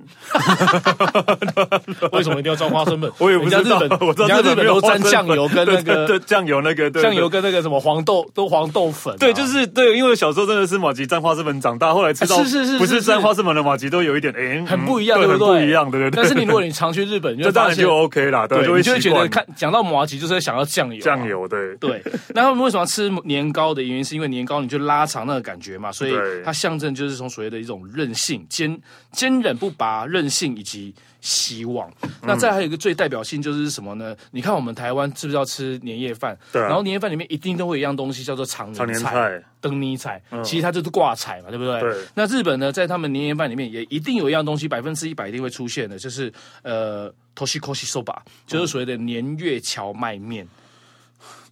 [SPEAKER 2] 为什么一定要沾花生粉？
[SPEAKER 1] 我也不知
[SPEAKER 2] 人家
[SPEAKER 1] 道
[SPEAKER 2] 日，本，
[SPEAKER 1] 我知道
[SPEAKER 2] 人家日
[SPEAKER 1] 没
[SPEAKER 2] 本
[SPEAKER 1] 有
[SPEAKER 2] 都
[SPEAKER 1] 花
[SPEAKER 2] 沾
[SPEAKER 1] 生粉
[SPEAKER 2] 酱油跟那
[SPEAKER 1] 对对
[SPEAKER 2] 个
[SPEAKER 1] 对酱油那个对
[SPEAKER 2] 酱油跟那个什么黄豆，都黄豆粉啊。
[SPEAKER 1] 对，就是对，因为小时候真的是马吉沾花生粉长大，后来吃到
[SPEAKER 2] 是是是
[SPEAKER 1] 不
[SPEAKER 2] 是
[SPEAKER 1] 啊是
[SPEAKER 2] 是
[SPEAKER 1] 沾花生粉的马吉都有一点哎，
[SPEAKER 2] 很不一
[SPEAKER 1] 嗯
[SPEAKER 2] 样，对不
[SPEAKER 1] 很
[SPEAKER 2] 对？
[SPEAKER 1] 不一样，对对对。
[SPEAKER 2] 但是你如果你常去日本，你就
[SPEAKER 1] 这
[SPEAKER 2] 会
[SPEAKER 1] 当
[SPEAKER 2] 发
[SPEAKER 1] 然
[SPEAKER 2] 现
[SPEAKER 1] 就 OK 啦， 对，
[SPEAKER 2] 对，
[SPEAKER 1] 会
[SPEAKER 2] 你就会
[SPEAKER 1] 习
[SPEAKER 2] 觉得
[SPEAKER 1] 惯
[SPEAKER 2] 看讲到麻吉就是会想到酱油啊，
[SPEAKER 1] 酱油，对
[SPEAKER 2] 对，那他们为什么要吃年糕的原因，是因为年糕你就拉长那个感觉嘛，所以
[SPEAKER 1] 对
[SPEAKER 2] 它象征就是从所谓的一种韧性、坚坚韧不拔、韧性以及希望。
[SPEAKER 1] 嗯
[SPEAKER 2] 那再还有一个最代表性就是什么呢？你看我们台湾是不是要吃年夜饭？
[SPEAKER 1] 对啊
[SPEAKER 2] 然后年夜饭里面一定都会有一样东西叫做常
[SPEAKER 1] 常
[SPEAKER 2] 年
[SPEAKER 1] 年
[SPEAKER 2] 菜、
[SPEAKER 1] 菜，
[SPEAKER 2] 灯泥菜，其实它就是挂彩嘛，对不对？
[SPEAKER 1] 嗯对
[SPEAKER 2] 那日本呢，在他们年夜饭里面也一定有一样东西，百分之一百一定会出现的，就是呃。Toshikoshi soba
[SPEAKER 1] 嗯
[SPEAKER 2] 就是所谓的年月荞麦面，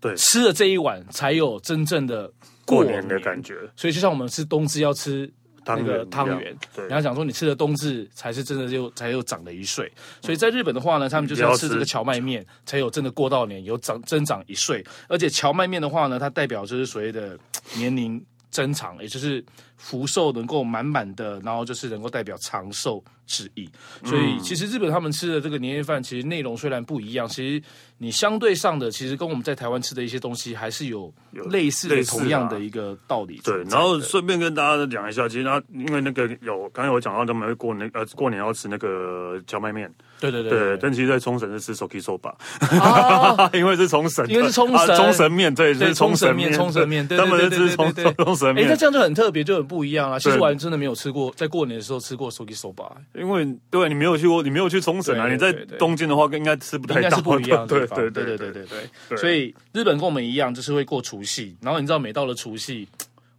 [SPEAKER 1] 对，
[SPEAKER 2] 吃了这一碗，才有真正的
[SPEAKER 1] 过
[SPEAKER 2] 过
[SPEAKER 1] 年的感。觉，
[SPEAKER 2] 所以就像我们吃冬至要吃那
[SPEAKER 1] 汤
[SPEAKER 2] 个
[SPEAKER 1] 圆
[SPEAKER 2] 汤
[SPEAKER 1] 一
[SPEAKER 2] 圆
[SPEAKER 1] 样，对
[SPEAKER 2] 然后讲说你吃了冬至才是真的又才又长了一岁。所以在日本的话呢，他们就是
[SPEAKER 1] 也嗯
[SPEAKER 2] 要
[SPEAKER 1] 要
[SPEAKER 2] 吃
[SPEAKER 1] 吃
[SPEAKER 2] 这个荞麦面，才有真的过到年，有长增长一岁。而且荞麦面的话呢，它代表就是所谓的嘖年龄增长，也就是福寿能够满满的，然后就是能够代表长寿之意。所
[SPEAKER 1] 嗯
[SPEAKER 2] 以其实日本他们吃的这个年夜饭，其实内容虽然不一样，其实你相对上的，其实跟我们在台湾吃的一些东西还是有
[SPEAKER 1] 有
[SPEAKER 2] 类似的
[SPEAKER 1] 类似啊
[SPEAKER 2] 同样的一个道理
[SPEAKER 1] 对
[SPEAKER 2] 存，在的。
[SPEAKER 1] 然后顺便跟大家讲一下，其实他因为那个有刚才有讲到他们会过年呃过年要吃那个荞麦面，
[SPEAKER 2] 对对
[SPEAKER 1] 对，
[SPEAKER 2] 对对
[SPEAKER 1] 但其实在冲绳是吃 soki soba，
[SPEAKER 2] 啊，
[SPEAKER 1] 因为是冲绳的，
[SPEAKER 2] 因为是冲绳
[SPEAKER 1] 啊冲绳面，对，
[SPEAKER 2] 对
[SPEAKER 1] 是冲绳面，
[SPEAKER 2] 冲绳面冲绳面对
[SPEAKER 1] 他们是
[SPEAKER 2] 对对
[SPEAKER 1] 吃
[SPEAKER 2] 对
[SPEAKER 1] 冲
[SPEAKER 2] 对对对
[SPEAKER 1] 冲绳
[SPEAKER 2] 哎，那
[SPEAKER 1] 面，
[SPEAKER 2] 这样就很特别，就很不一样啊。其实
[SPEAKER 1] 对
[SPEAKER 2] 我还真的没有吃过，在过年的时候吃过 soki soba，
[SPEAKER 1] 因为对啊你没有去过，你没有去冲绳啊，
[SPEAKER 2] 对
[SPEAKER 1] 你
[SPEAKER 2] 对
[SPEAKER 1] 在
[SPEAKER 2] 对对
[SPEAKER 1] 东京的话，应该吃不
[SPEAKER 2] 应
[SPEAKER 1] 太
[SPEAKER 2] 该
[SPEAKER 1] 到
[SPEAKER 2] 是不一样的
[SPEAKER 1] 对
[SPEAKER 2] 地方。
[SPEAKER 1] 对对
[SPEAKER 2] 对对对
[SPEAKER 1] 对，
[SPEAKER 2] 对对。
[SPEAKER 1] 对
[SPEAKER 2] 所以日本跟我们一样，就是会过除夕，然后你知道每到了除夕。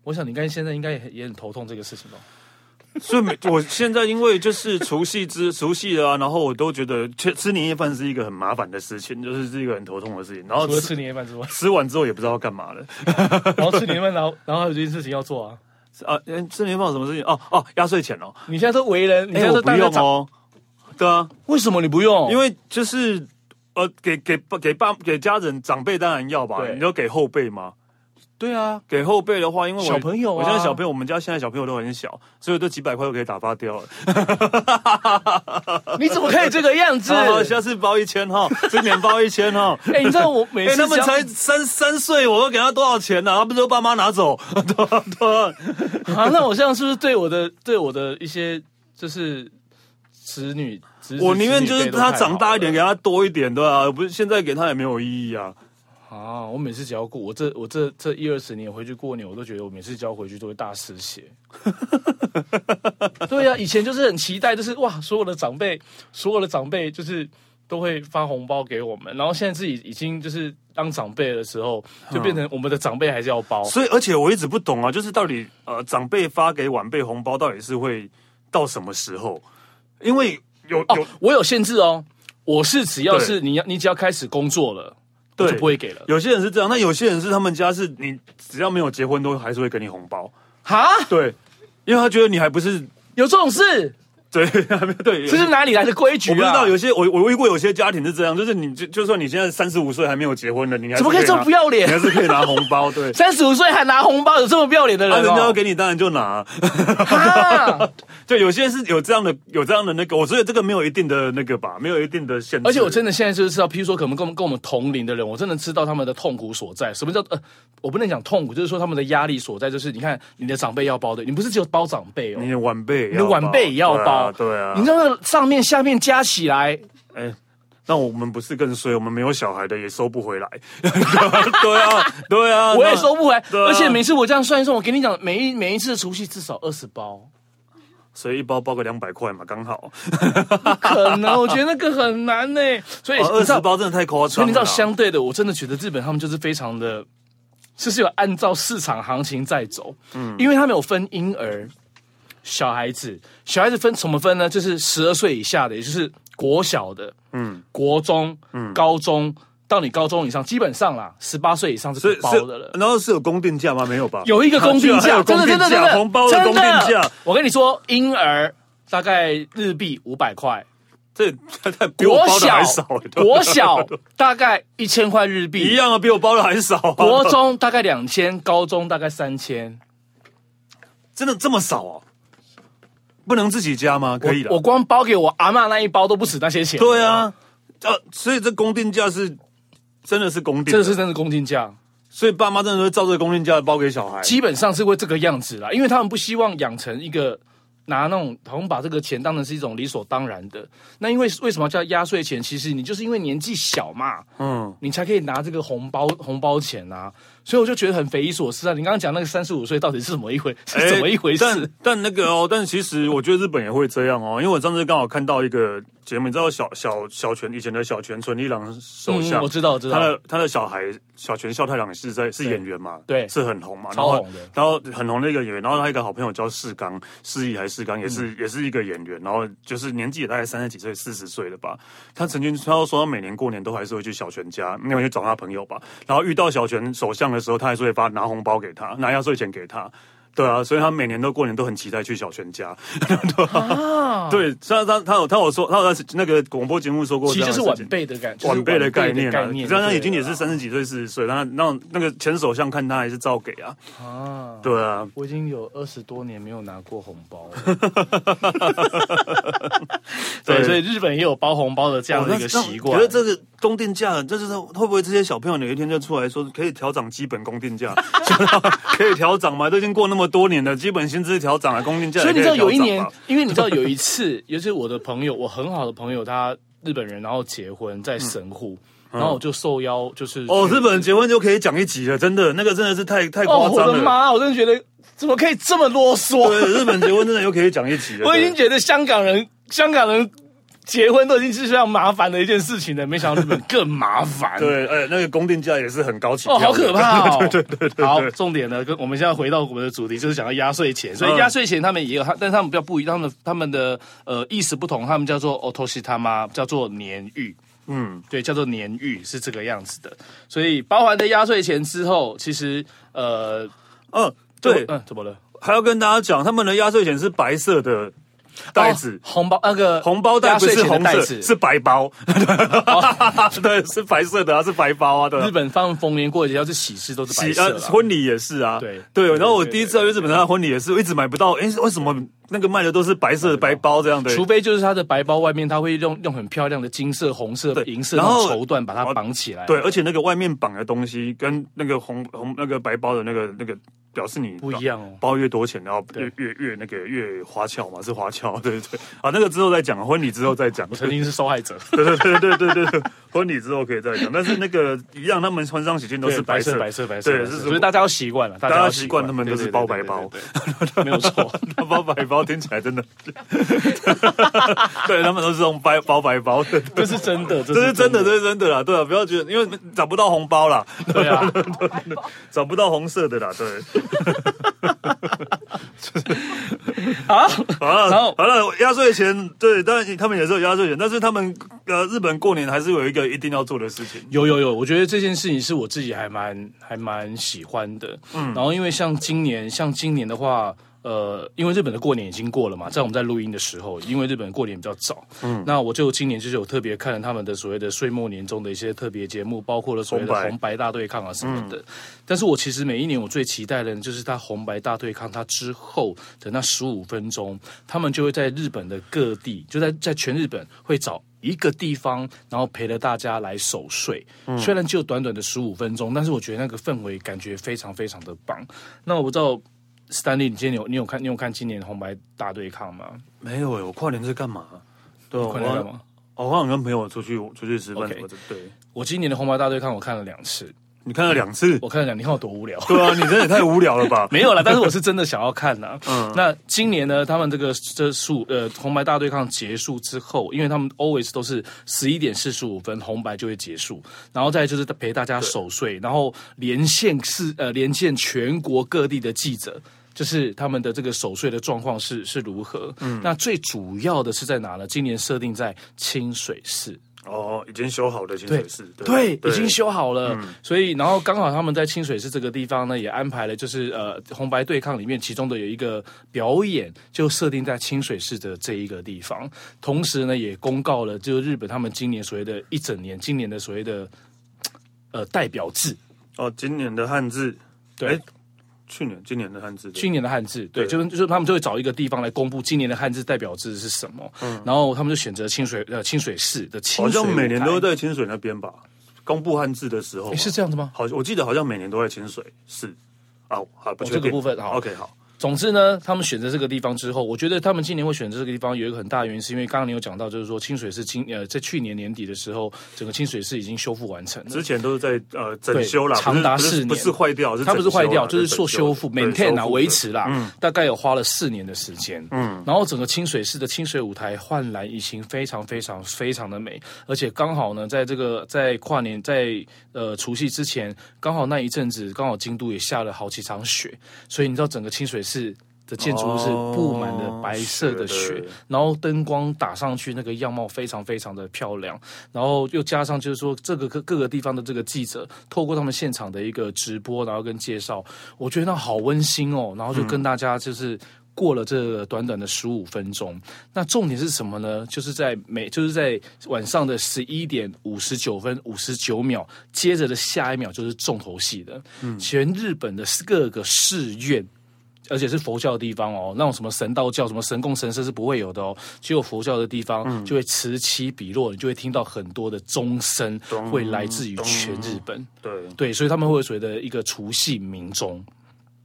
[SPEAKER 2] 我想你应该现在应该也很也很头痛这个事情吧？哦
[SPEAKER 1] 所以每我现在因为就是除夕之 除夕啊，然后我都觉得吃吃年夜饭是一个很麻烦的事情，就是是一个很头痛的事情，然后
[SPEAKER 2] 除了
[SPEAKER 1] 吃
[SPEAKER 2] 吃年夜饭之外，
[SPEAKER 1] 吃完之后也不知道要干嘛了。
[SPEAKER 2] 然后吃年夜饭，然后然后还有一件事情要做啊！
[SPEAKER 1] 啊，嗯吃年夜饭有什么事情？哦哦，压岁钱哦，
[SPEAKER 2] 你现在都为人，你现在
[SPEAKER 1] 我
[SPEAKER 2] 都
[SPEAKER 1] 不
[SPEAKER 2] 大家
[SPEAKER 1] 用
[SPEAKER 2] 长，
[SPEAKER 1] 哦，对啊，
[SPEAKER 2] 为什么你不用？
[SPEAKER 1] 因为就是呃，给给爸给爸给家人长辈当然要吧，
[SPEAKER 2] 对
[SPEAKER 1] 你要给后辈嘛。
[SPEAKER 2] 对啊，
[SPEAKER 1] 给后辈的话，因为我
[SPEAKER 2] 小朋友啊
[SPEAKER 1] 我现在小朋友，我们家现在小朋友都很小，所以都几百块就可以打发掉了。
[SPEAKER 2] 你怎么可以这个样 子？
[SPEAKER 1] 啊好，好
[SPEAKER 2] 哎、
[SPEAKER 1] 下次包一千 哈，今年包一千 哈。
[SPEAKER 2] 你知道我每
[SPEAKER 1] 哎、
[SPEAKER 2] 次
[SPEAKER 1] 他们
[SPEAKER 2] 想
[SPEAKER 1] 才三三岁，我要给他多少钱呢、啊他不是都爸妈拿走？ 对啊对啊，
[SPEAKER 2] 啊，那我这样是不是对我的对我的一些就是子女，侄子
[SPEAKER 1] 我宁愿就是
[SPEAKER 2] 侄女辈都
[SPEAKER 1] 他
[SPEAKER 2] 太
[SPEAKER 1] 长大一
[SPEAKER 2] 好
[SPEAKER 1] 点，
[SPEAKER 2] 了
[SPEAKER 1] 给他多一点，对啊，不是现在给他也没有意义啊。
[SPEAKER 2] 啊！我每次只要过我这我这这一二十年回去过年，我都觉得我每次只要回去都会大失血。 对呀、以前就是很期待，就是哇，所有的长辈，所有的长辈就是都会发红包给我们，然后现在自己已经就是当长辈的时候，就变
[SPEAKER 1] 嗯
[SPEAKER 2] 成我们的长辈还是要包。
[SPEAKER 1] 所以，而且我一直不懂啊，就是到底呃，长辈发给晚辈红包到底是会到什么时候？因为有有、
[SPEAKER 2] 哦，我有限制哦，我是只要
[SPEAKER 1] 对
[SPEAKER 2] 是你要你只要开始工作了，我
[SPEAKER 1] 对
[SPEAKER 2] 就不会给了。
[SPEAKER 1] 有些人是这样，那有些人是他们家是你只要没有结婚都还是会给你红包，
[SPEAKER 2] 哈，
[SPEAKER 1] 对，因为他觉得你还不是
[SPEAKER 2] 有这种事？
[SPEAKER 1] 对，还没对，有
[SPEAKER 2] 这是哪里来的规矩、啊？
[SPEAKER 1] 我不知道，有些我我遇过有些家庭是这样，就是你就就算你现在三十五岁还没有结婚的，你还是
[SPEAKER 2] 怎么可以这么
[SPEAKER 1] 拿
[SPEAKER 2] 不要脸
[SPEAKER 1] 你还是可以拿红包，
[SPEAKER 2] ，
[SPEAKER 1] 对
[SPEAKER 2] 三十五岁还拿红包，有这么不要脸的
[SPEAKER 1] 那、
[SPEAKER 2] 人、哦？
[SPEAKER 1] 啊人家要给你当然就拿，
[SPEAKER 2] 啊！
[SPEAKER 1] 就有些是有这样的有这样的那个，我觉得这个没有一定的那个吧，没有一定的限制，
[SPEAKER 2] 而且我真
[SPEAKER 1] 的
[SPEAKER 2] 的现在就是知道，譬如说，可能跟我们跟我们同龄的人，我真的知道他们的痛苦所在。什么叫呃，我不能讲痛苦，就是说他们的压力所在，就是你看你的长辈要包的，你不是只有包长辈哦，
[SPEAKER 1] 你
[SPEAKER 2] 你
[SPEAKER 1] 的晚辈也要包，
[SPEAKER 2] 的晚辈也要包，
[SPEAKER 1] 对啊，对啊
[SPEAKER 2] 你知道那个上面下面加起来，
[SPEAKER 1] 哎。那我们不是更衰？我们没有小孩的也收不回来。 对啊，对啊，
[SPEAKER 2] 我也
[SPEAKER 1] 那
[SPEAKER 2] 收不回来。
[SPEAKER 1] 对啊
[SPEAKER 2] 而且每次我这样算一算，我跟你讲，每一每一次的除夕至少二十包，
[SPEAKER 1] 所以一包包个两百块嘛，刚好。
[SPEAKER 2] 不可能，我觉得那个很难呢、所以哎你
[SPEAKER 1] 哦二
[SPEAKER 2] 知道
[SPEAKER 1] 十包真的啊太夸
[SPEAKER 2] 所
[SPEAKER 1] 张
[SPEAKER 2] 以
[SPEAKER 1] 了。
[SPEAKER 2] 你知道，相对的，我真的觉得日本他们就是非常的，就是有按照市场行情在走。嗯，因为他们有分婴儿、小孩子，小孩子分怎么分呢？就是十二岁以下的，也就是国小的，嗯，国中、嗯，高中到你高中以上，基本上啦，十八岁以上
[SPEAKER 1] 所
[SPEAKER 2] 是
[SPEAKER 1] 以
[SPEAKER 2] 不
[SPEAKER 1] 是
[SPEAKER 2] 包的了。
[SPEAKER 1] 然后是有公定价吗？没有吧？
[SPEAKER 2] 有一个公定
[SPEAKER 1] 居 然还
[SPEAKER 2] 价，
[SPEAKER 1] 有
[SPEAKER 2] 真的真的
[SPEAKER 1] 公定
[SPEAKER 2] 真
[SPEAKER 1] 价
[SPEAKER 2] 的，
[SPEAKER 1] 红包的
[SPEAKER 2] 真
[SPEAKER 1] 公定价，
[SPEAKER 2] 我跟你说，婴儿大概日币五百块，
[SPEAKER 1] 这太太比我
[SPEAKER 2] 国
[SPEAKER 1] 包的
[SPEAKER 2] 小
[SPEAKER 1] 还少， 对
[SPEAKER 2] 国小大概一千块日币，
[SPEAKER 1] 一样啊，比我包的还少、 啊。
[SPEAKER 2] 国中大概两千，高中大概三千。
[SPEAKER 1] 真的这么少哦、不能自己加吗？可以的
[SPEAKER 2] 我。光包给我阿嬷那一包都不止那些钱。
[SPEAKER 1] 对，啊，呃，所以这公定价是真的是公定的，
[SPEAKER 2] 这是真的公斤价，
[SPEAKER 1] 所以爸妈真的会照这个公定价包给小孩。
[SPEAKER 2] 基本上是会这个样子啦，因为他们不希望养成一个。拿那种好像把这个钱当成是一种理所当然的，那因为为什么叫压岁钱？其实你就是因为年纪小嘛，
[SPEAKER 1] 嗯，
[SPEAKER 2] 你才可以拿这个红包红包钱啊，所以我就觉得很匪夷所思啊！你刚刚讲那个三十五岁到底是怎么一回是怎么一回事？
[SPEAKER 1] 哎
[SPEAKER 2] 嗯
[SPEAKER 1] 但但那个哦，但其实我觉得日本也会这样哦，因为我上次刚好看到一个节目，你知道小小小泉以前的小泉纯一郎首
[SPEAKER 2] 嗯，
[SPEAKER 1] 相，
[SPEAKER 2] 我知道，我知
[SPEAKER 1] 他
[SPEAKER 2] 道，
[SPEAKER 1] 的他的小孩小泉孝太郎也是在是演员嘛，
[SPEAKER 2] 对
[SPEAKER 1] 是很红嘛，
[SPEAKER 2] 超
[SPEAKER 1] 然后
[SPEAKER 2] 红的
[SPEAKER 1] 然后很红的一个演员，然后他一个好朋友叫世刚，世义还是世刚，也是、
[SPEAKER 2] 嗯
[SPEAKER 1] 也是一个演员，然后就是年纪也大概三十几岁、四十岁了吧。他曾经他都说他每年过年都还是会去小泉家，那边去找他朋友吧，然后遇到小泉首相的时候，他还是会发拿红包给他，拿压岁钱给他。对啊，所以他每年都过年都很期待去小泉家。对、啊
[SPEAKER 2] 啊，
[SPEAKER 1] 对，虽然他他有他有说他有在那个广播节目说过这
[SPEAKER 2] 其
[SPEAKER 1] 样
[SPEAKER 2] 实
[SPEAKER 1] 的
[SPEAKER 2] 就
[SPEAKER 1] 事情，
[SPEAKER 2] 是晚辈的感，就是
[SPEAKER 1] 晚辈的概
[SPEAKER 2] 晚辈的
[SPEAKER 1] 念
[SPEAKER 2] 概
[SPEAKER 1] 啊，
[SPEAKER 2] 念，
[SPEAKER 1] 这样已经
[SPEAKER 2] 对
[SPEAKER 1] 也
[SPEAKER 2] 了
[SPEAKER 1] 是三十几岁、四十岁，那那那个前首相看他还是照给啊，
[SPEAKER 2] 啊，
[SPEAKER 1] 对啊，
[SPEAKER 2] 我已经有二十多年没有拿过红包了。 对，哦
[SPEAKER 1] 对
[SPEAKER 2] 所以日本也有包红包的这样的一个习惯。
[SPEAKER 1] 哦我觉得这个公定价，这就是会不会这些小朋友有一天就出来说可以调涨基本公定价， 可以调涨吗？都已经过那么多年了，基本薪资调涨了，公定价也可以
[SPEAKER 2] 所以你知道有一
[SPEAKER 1] 调
[SPEAKER 2] 年
[SPEAKER 1] 涨吧，
[SPEAKER 2] 因为你知道有一次， 尤其是我的朋友，我很好的朋友，他日本人，然后结婚在神户，然后我就受邀就是
[SPEAKER 1] 哦，
[SPEAKER 2] 去
[SPEAKER 1] 日本人结婚就可以讲一集了，真的，那个真的是太太
[SPEAKER 2] 哦
[SPEAKER 1] 夸
[SPEAKER 2] 我的
[SPEAKER 1] 张了。
[SPEAKER 2] 妈，我真的觉得怎么可以这么啰嗦？
[SPEAKER 1] 对，哦日本结婚真的又可以讲一集了。
[SPEAKER 2] 我已
[SPEAKER 1] 对
[SPEAKER 2] 经觉得香港人，香港人。结婚都已经是非常麻烦的一件事情了，没想到日本更麻烦。
[SPEAKER 1] 对，哎，那个公定价也是很高起
[SPEAKER 2] 哦，
[SPEAKER 1] 跳的
[SPEAKER 2] 好可怕 哦！ 对对对好，重点呢，跟我们现在回到我们的主题，就是讲到压岁钱。所以
[SPEAKER 1] 嗯
[SPEAKER 2] 压岁钱他们也有，但是他们比较不一，他们的他们的呃意思不同，他们叫做哦 otoshi 他妈，叫做年玉。
[SPEAKER 1] 嗯，
[SPEAKER 2] 对，叫做年玉是这个样子的。所以包含的压岁钱之后，其实呃，
[SPEAKER 1] 嗯，对
[SPEAKER 2] 就，嗯，怎么了？
[SPEAKER 1] 还要跟大家讲，他们的压岁钱是白色的袋子。
[SPEAKER 2] 哦红包那个
[SPEAKER 1] 红包袋
[SPEAKER 2] 压
[SPEAKER 1] 不
[SPEAKER 2] 岁
[SPEAKER 1] 是
[SPEAKER 2] 钱的
[SPEAKER 1] 红
[SPEAKER 2] 袋
[SPEAKER 1] 色，
[SPEAKER 2] 子哦
[SPEAKER 1] 是白包。 对，是白色的啊，是白包啊，对啊
[SPEAKER 2] 日。本放逢年过节要是喜事都是白
[SPEAKER 1] 喜
[SPEAKER 2] 色
[SPEAKER 1] 呃，
[SPEAKER 2] 啦
[SPEAKER 1] 婚礼也是啊，
[SPEAKER 2] 对
[SPEAKER 1] 对。
[SPEAKER 2] 对
[SPEAKER 1] 然后我
[SPEAKER 2] 对
[SPEAKER 1] 第一次去日本参加婚礼也是，我一直买不到，诶，为什么那个卖的都是白色的白包这样的？
[SPEAKER 2] 除非就是它的白包外面，它会用用很漂亮的金色、红色、
[SPEAKER 1] 对
[SPEAKER 2] 银色
[SPEAKER 1] 然
[SPEAKER 2] 那种
[SPEAKER 1] 后
[SPEAKER 2] 绸缎把它绑起来。
[SPEAKER 1] 对，而且那个外面绑的东西跟那个红红那个白包的那个那个表示你
[SPEAKER 2] 不一样哦
[SPEAKER 1] 包越多钱，然后越越越那个越花俏嘛，是花俏，对对对。啊，那个之后再讲，婚礼之后再 讲。
[SPEAKER 2] 曾经是受害者，
[SPEAKER 1] 对对对对对对对，婚礼之后可以再讲。但是那个一样，他们婚丧喜庆都是
[SPEAKER 2] 对白
[SPEAKER 1] 色
[SPEAKER 2] 色白色白色，
[SPEAKER 1] 对，
[SPEAKER 2] 白色
[SPEAKER 1] 是
[SPEAKER 2] 所以大家要习惯了，大
[SPEAKER 1] 家
[SPEAKER 2] 要
[SPEAKER 1] 习惯他们都是
[SPEAKER 2] 对对
[SPEAKER 1] 包
[SPEAKER 2] 对
[SPEAKER 1] 白
[SPEAKER 2] 对
[SPEAKER 1] 包
[SPEAKER 2] 对对对没有错。
[SPEAKER 1] 他包白包听起来真的，对他们都是用白包白包的，
[SPEAKER 2] 这是真 的，这
[SPEAKER 1] 这是真的，这是真的啦，对啊，不要觉得因为找不到红包啦，
[SPEAKER 2] 对啊，
[SPEAKER 1] 找不到红色的啦，对，
[SPEAKER 2] 啊，
[SPEAKER 1] 好了，
[SPEAKER 2] 然后
[SPEAKER 1] 好了，压岁钱，对，当然他们也是有压岁钱，但是他们呃日本过年还是有一个一定要做的事情，
[SPEAKER 2] 有有有，我觉得这件事情是我自己还蛮还蛮喜欢的。嗯，然后因为像今年，像今年的话。呃，因为日本的过年已经过了嘛，在我们在录音的时候，因为日本过年比较早，嗯，那我就今年就是有特别看了他们的所谓的岁末年终的一些特别节目，包括了所谓的
[SPEAKER 1] 红白
[SPEAKER 2] 红白大对抗啊什么的。但是我其实每一年我最期待的就是他红白大对抗，他之后的那十五分钟，他们就会在日本的各地，就在在全日本会找。一个地方，然后陪着大家来守岁，虽然只有短短的十五分钟，但是我觉得那个氛围感觉非常非常的棒。那我不知道，Stanley，你今天有你有看你有看今年红白大对抗吗？
[SPEAKER 1] 没有哎、我跨年是干嘛？对啊，
[SPEAKER 2] 快乐干
[SPEAKER 1] 我
[SPEAKER 2] 嘛？
[SPEAKER 1] 好像跟朋友出去出去吃饭
[SPEAKER 2] OK
[SPEAKER 1] 什么的，对，
[SPEAKER 2] 我今年的红白大对抗我看了两次，
[SPEAKER 1] 你看了两次，
[SPEAKER 2] 我看了两，你看我多无聊。
[SPEAKER 1] 对啊，你真的也太无聊了吧？
[SPEAKER 2] 没有啦，但是我是真的想要看呐、那今年呢，他们这个这数呃红白大对抗结束之后，因为他们 always 都是十一点四十五分红白就会结束，然后再来就是陪大家守岁，然后连线是呃连线全国各地的记者。就是他们的这个守岁的状况是是如何？嗯，那最主要的是在哪呢？今年设定在清水市，
[SPEAKER 1] 哦，已经修好的清水寺，
[SPEAKER 2] 对，已经修好了。
[SPEAKER 1] 嗯
[SPEAKER 2] 所以，然后刚好他们在清水寺这个地方呢，也安排了，就是呃红白对抗里面其中的有一个表演，就设定在清水寺的这一个地方。同时呢，也公告了，就是日本他们今年所谓的一整年，今年的所谓的呃代表制，
[SPEAKER 1] 哦，今年的汉字，
[SPEAKER 2] 对
[SPEAKER 1] 诶，去年今年的汉字，
[SPEAKER 2] 去年的汉字，对，
[SPEAKER 1] 对
[SPEAKER 2] 就是就是他们就会找一个地方来公布今年的汉字代表字是什么，然后他们就选择清水呃清水市的清
[SPEAKER 1] 嗯好
[SPEAKER 2] 水
[SPEAKER 1] 像
[SPEAKER 2] 舞台，
[SPEAKER 1] 每年都在清水那边吧，公布汉字的时候吧
[SPEAKER 2] 诶是这样子吗？
[SPEAKER 1] 好，我记得好像每年都在清水是啊，好，不
[SPEAKER 2] 哦
[SPEAKER 1] 确定
[SPEAKER 2] 这个部分好
[SPEAKER 1] OK，好，
[SPEAKER 2] 总之呢，他们选择这个地方之后，我觉得他们今年会选择这个地方，有一个很大的原因，是因为刚刚你有讲到，就是说清水市今呃在去年年底的时候，整个清水市已经修复完成了
[SPEAKER 1] 之。前都是在呃整修啦，
[SPEAKER 2] 对
[SPEAKER 1] 不是
[SPEAKER 2] 长达
[SPEAKER 1] 不是
[SPEAKER 2] 四年
[SPEAKER 1] 不是坏掉，
[SPEAKER 2] 它不是坏掉，
[SPEAKER 1] 整修
[SPEAKER 2] 就
[SPEAKER 1] 啦
[SPEAKER 2] 是做修复、
[SPEAKER 1] 对
[SPEAKER 2] maintain 啊，
[SPEAKER 1] 修复嗯
[SPEAKER 2] 维持啦，大概有花了四年的时间。嗯，然后整个清水市的清水舞台焕然一新，非常非常非常的美，而且刚好呢，在这个在跨年在呃除夕之前，刚好那一阵子刚好京都也下了好几场雪，所以你知道整个清水市。的建筑物是布满了白色的雪，
[SPEAKER 1] 哦是的
[SPEAKER 2] 然后灯光打上去，那个样貌非常非常的漂亮。然后又加上就是说，这个各各个地方的这个记者，透过他们现场的一个直播，然后跟介绍，我觉得那好温馨哦。然后就跟大家就是。过了这短短的十五分钟，那重点是什么呢？就是在每就是在晚上的十一点五十九分五十九秒，接着的下一秒就是重头戏的，全日本的各个寺院而且是佛教的地方哦，那种什么神道教、什么神供神社是不会有的哦，只有佛教的地方就会此起彼落，你就会听到很多的钟声会来自于全日本。
[SPEAKER 1] 对，
[SPEAKER 2] 对，所以他们会有所谓的一个除夕鸣钟。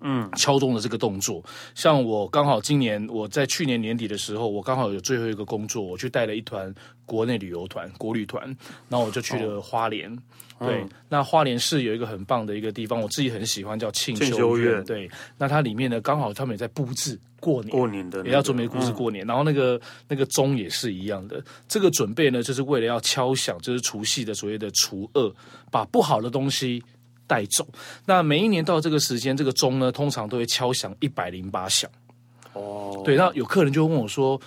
[SPEAKER 2] 嗯，敲钟的这个动作，像我刚好今年我在去年年底的时候，我刚好有最后一个工作，我去带了一团国内旅游团、国旅团，然后我就去了花莲。对，那花莲市有一个很棒的一个地方，我自己很喜欢，叫庆
[SPEAKER 1] 庆
[SPEAKER 2] 修
[SPEAKER 1] 修
[SPEAKER 2] 院。
[SPEAKER 1] 院
[SPEAKER 2] 对，那它里面呢，刚好他们也在布置过年，
[SPEAKER 1] 过年的那个嗯
[SPEAKER 2] 也要准备故事过年，然后那个那个钟也是一样的。这个准备呢，就是为了要敲响，就是除夕的所谓的除恶，把不好的东西带走。那每一年到这个时间，这个钟呢，通常都会敲响一百零八响。
[SPEAKER 1] 哦，
[SPEAKER 2] 对，那有客人就问我说：“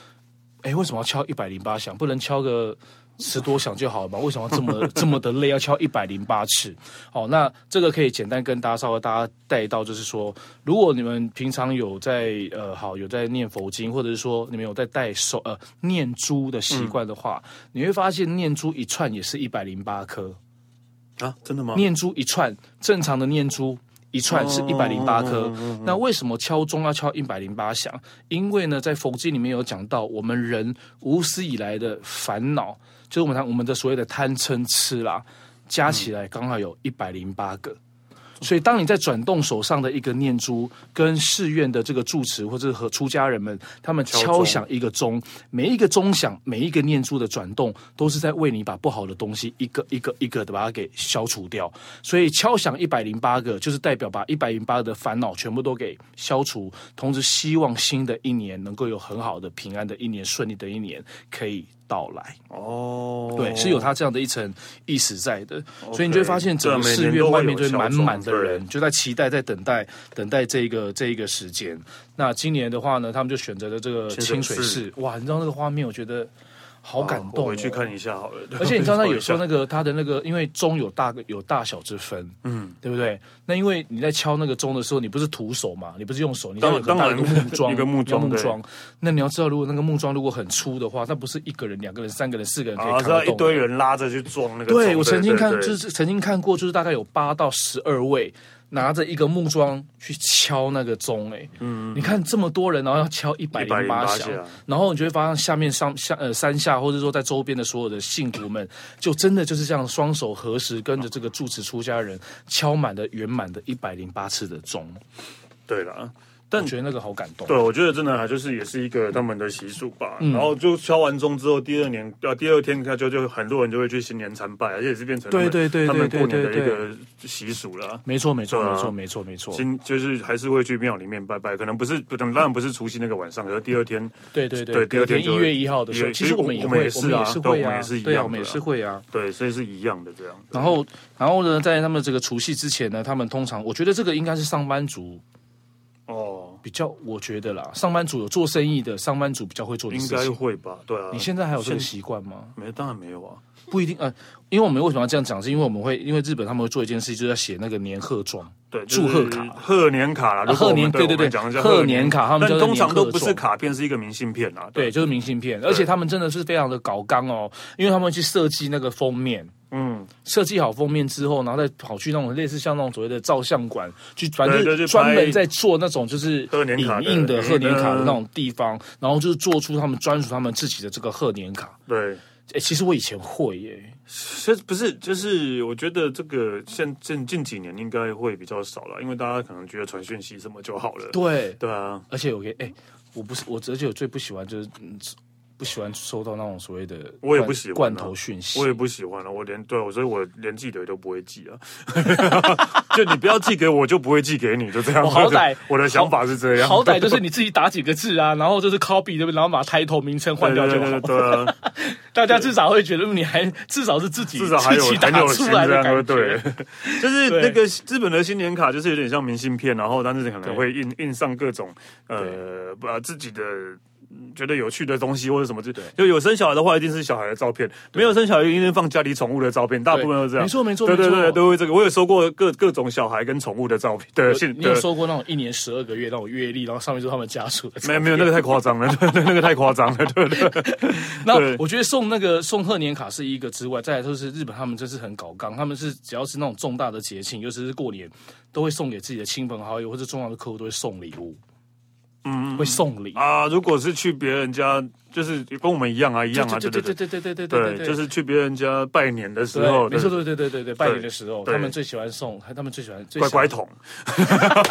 [SPEAKER 2] 哎，为什么要敲一百零八响？不能敲个十多响就好了嘛？为什么要这么 这么的累，要敲一百零八次？”好，那这个可以简单跟大家稍微大家带到，就是说，如果你们平常有在呃好有在念佛经，或者是说你们有在带手呃念珠的习惯的话，你会发现念珠一串也是一百零八颗。
[SPEAKER 1] 啊，真的吗？
[SPEAKER 2] 念珠一串，正常的念珠一串是一百零八颗。那为什么敲钟要敲一百零八响？因为呢，在佛经里面有讲到，我们人无始以来的烦恼，就是我们常我们的所谓的贪嗔痴啦，加起来刚好有一百零八个。所以当你在转动手上的一个念珠，跟寺院的这个住持或者和出家人们，他们
[SPEAKER 1] 敲
[SPEAKER 2] 敲
[SPEAKER 1] 钟
[SPEAKER 2] 响一个钟，每一个钟响，每一个念珠的转动，都是在为你把不好的东西一个一个一个的把它给消除掉。所以敲响一百零八个，就是代表把一百零八的烦恼全部都给消除，同时希望新的一年能够有很好的、平安的一年、顺利的一年可以到来。
[SPEAKER 1] 哦，
[SPEAKER 2] 对，是有它这样的一层意思在的，所以你就会发现整个
[SPEAKER 1] 啊
[SPEAKER 2] 寺院外面就会满满的人，就在期待，在等待，等待这个这一个时间。那今年的话呢，他们就选择了这个清
[SPEAKER 1] 清
[SPEAKER 2] 水
[SPEAKER 1] 水
[SPEAKER 2] 寺，哇，你知道那个画面，我觉得好感动、欸
[SPEAKER 1] 我回去。看一下好了。
[SPEAKER 2] 而且你知 道，他有时候那个他的那个，因为钟有大个有大小之分，嗯，对不对？那因为你在敲那个钟的时候，你不是徒手嘛，你不是用手，你
[SPEAKER 1] 当
[SPEAKER 2] 要有很大
[SPEAKER 1] 当
[SPEAKER 2] 的
[SPEAKER 1] 然
[SPEAKER 2] 木桩，
[SPEAKER 1] 一个木桩
[SPEAKER 2] 你要木
[SPEAKER 1] 对
[SPEAKER 2] 桩。那你要知道，如果那个木桩如果很粗的话，那不是一个人、两个人、三个人、四个人可以
[SPEAKER 1] 啊，
[SPEAKER 2] 扛
[SPEAKER 1] 知
[SPEAKER 2] 得
[SPEAKER 1] 道
[SPEAKER 2] 动的。
[SPEAKER 1] 一堆人拉着去撞那个钟。
[SPEAKER 2] 对我曾经看，
[SPEAKER 1] 对
[SPEAKER 2] 就
[SPEAKER 1] 对
[SPEAKER 2] 是曾经看过，就是大概有八到十二位拿着一个木桩去敲那个钟、哎，嗯，你看这么多人，然后要敲一百零八
[SPEAKER 1] 108
[SPEAKER 2] 响
[SPEAKER 1] 下，
[SPEAKER 2] 然后你就会发现下面上下呃山下，或者说在周边的所有的信徒们，就真的就是这样双手合十，跟着这个住持出家人敲满了圆满的一百零八次的钟，
[SPEAKER 1] 对了。
[SPEAKER 2] 我觉得那个好感动。
[SPEAKER 1] 对，啊我觉得真的还就是也是一个他们的习俗吧。
[SPEAKER 2] 嗯
[SPEAKER 1] 然后就敲完钟之后，第二年呃第二天他就就很多人就会去新年参拜，而且也是变成他们
[SPEAKER 2] 对对对
[SPEAKER 1] 他们
[SPEAKER 2] 对
[SPEAKER 1] 过年的
[SPEAKER 2] 对对嗯
[SPEAKER 1] 一个习俗了。
[SPEAKER 2] 没错，没错，
[SPEAKER 1] 对啊
[SPEAKER 2] 没错，没错，没错。
[SPEAKER 1] 今就是还是会去庙里面拜拜，可能不是不当然不是除夕那个晚上，可是第二天
[SPEAKER 2] 对对对，
[SPEAKER 1] 对第二
[SPEAKER 2] 隔
[SPEAKER 1] 天就
[SPEAKER 2] 一
[SPEAKER 1] 会
[SPEAKER 2] 月一号的时候，
[SPEAKER 1] 也
[SPEAKER 2] 其实我们也
[SPEAKER 1] 我
[SPEAKER 2] 会，
[SPEAKER 1] 们也
[SPEAKER 2] 我们
[SPEAKER 1] 是啊
[SPEAKER 2] 也是
[SPEAKER 1] 对
[SPEAKER 2] 会
[SPEAKER 1] 我们
[SPEAKER 2] 啊
[SPEAKER 1] 也是一，
[SPEAKER 2] 对啊，
[SPEAKER 1] 样
[SPEAKER 2] 我们
[SPEAKER 1] 的
[SPEAKER 2] 也
[SPEAKER 1] 啊
[SPEAKER 2] 是会啊。
[SPEAKER 1] 对，所以是一样的这样。
[SPEAKER 2] 然后，然后呢，在他们这个除夕之前呢，他们通常，我觉得这个应该是上班族
[SPEAKER 1] 哦，
[SPEAKER 2] 比较，我觉得啦，上班族有做生意的，上班族比较会做的
[SPEAKER 1] 应
[SPEAKER 2] 事
[SPEAKER 1] 该
[SPEAKER 2] 情。
[SPEAKER 1] 会吧？对啊，
[SPEAKER 2] 你现在还有这
[SPEAKER 1] 现
[SPEAKER 2] 个习惯吗？
[SPEAKER 1] 没当然没有啊。
[SPEAKER 2] 不一定，呃，因为我们为什么要这样讲，是因为我们会，因为日本他们会做一件事，就是要写那个年贺状。
[SPEAKER 1] 对，
[SPEAKER 2] 祝贺卡
[SPEAKER 1] 贺年卡啦，如果
[SPEAKER 2] 贺
[SPEAKER 1] 我们
[SPEAKER 2] 年对对
[SPEAKER 1] 我们
[SPEAKER 2] 对
[SPEAKER 1] 讲一下
[SPEAKER 2] 贺年卡他们叫
[SPEAKER 1] 但
[SPEAKER 2] 做
[SPEAKER 1] 通常
[SPEAKER 2] 年贺
[SPEAKER 1] 都不是
[SPEAKER 2] 状
[SPEAKER 1] 卡片，是一个明信片啊。
[SPEAKER 2] 对，，就是明信片，而且他们真的是非常的搞纲哦，因为他们去设计那个封面，
[SPEAKER 1] 嗯，
[SPEAKER 2] 设计好封面之后，然后再跑去那种类似像那种所谓的照相馆，去反
[SPEAKER 1] 对对
[SPEAKER 2] 正
[SPEAKER 1] 去
[SPEAKER 2] 专
[SPEAKER 1] 拍
[SPEAKER 2] 门在做那种就是
[SPEAKER 1] 贺年卡的
[SPEAKER 2] 影印的
[SPEAKER 1] 嗯
[SPEAKER 2] 贺年卡的那种地方，然后就是做出他们专属他们自己的这个贺年卡。
[SPEAKER 1] 对。
[SPEAKER 2] 哎，其实我以前会耶，
[SPEAKER 1] 其实不是，就是我觉得这个现近近几年应该会比较少了，因为大家可能觉得传讯息什么就好了。
[SPEAKER 2] 对，
[SPEAKER 1] 对啊，
[SPEAKER 2] 而且我给哎，我不是我，而且我最不喜欢就是嗯不喜欢收到那种所谓的
[SPEAKER 1] 我也
[SPEAKER 2] 罐
[SPEAKER 1] 不喜欢啊
[SPEAKER 2] 罐头讯息
[SPEAKER 1] 我。也不喜欢了，我连对，我所以我连寄的都不会寄啊。就你不要寄给我，我就不会寄给你，就这样。
[SPEAKER 2] 我好歹
[SPEAKER 1] 我的想法是这样，
[SPEAKER 2] 好歹就是你自己打几个字啊，然后就是 copy 对不对？然后把 title 名称换
[SPEAKER 1] 对
[SPEAKER 2] 掉就
[SPEAKER 1] 对
[SPEAKER 2] 好。
[SPEAKER 1] 对对啊，
[SPEAKER 2] 大家至少会觉得嗯你还至少是自己
[SPEAKER 1] 至少还有
[SPEAKER 2] 自己打
[SPEAKER 1] 很有
[SPEAKER 2] 出
[SPEAKER 1] 心
[SPEAKER 2] 来
[SPEAKER 1] 这
[SPEAKER 2] 的
[SPEAKER 1] 样
[SPEAKER 2] 感觉。
[SPEAKER 1] 对，就是
[SPEAKER 2] 对
[SPEAKER 1] 那个日本的新年卡，就是有点像明信片，然后但是可能会印印上各种呃把自己的。嗯觉得有趣的东西或者什么，就就有生小孩的话，一定是小孩的照片；没有生小孩，一定放家里宠物的照片。大部分都是这样，
[SPEAKER 2] 没错没错
[SPEAKER 1] 对对
[SPEAKER 2] 没错
[SPEAKER 1] 对，都会这个。我有收过各各种小孩跟宠物的照片，对，信
[SPEAKER 2] 你有
[SPEAKER 1] 对
[SPEAKER 2] 收过那种一年十二个月那种阅历，然后上面就是他们家属 的照
[SPEAKER 1] 没有
[SPEAKER 2] 片？
[SPEAKER 1] 没有那个太夸张了，对对，那个太夸张了，对对对
[SPEAKER 2] 那我觉得送那个送贺年卡是一个之外，再来就是日本他们真是很搞纲，他们是只要是那种重大的节庆，尤其是过年，都会送给自己的亲朋好友或者重要的客户都会送礼物，嗯，会送礼。
[SPEAKER 1] 啊！如果是去别人家，就是跟我们一样啊，一样啊，
[SPEAKER 2] 对对对对对对对
[SPEAKER 1] 对，
[SPEAKER 2] 对，
[SPEAKER 1] 就是去别人家拜年的时
[SPEAKER 2] 对，
[SPEAKER 1] 候，
[SPEAKER 2] 没错，对对对对对，拜年的时候，
[SPEAKER 1] 对
[SPEAKER 2] 他们最喜欢送，他们最喜欢最
[SPEAKER 1] 乖
[SPEAKER 2] 喜欢
[SPEAKER 1] 乖桶，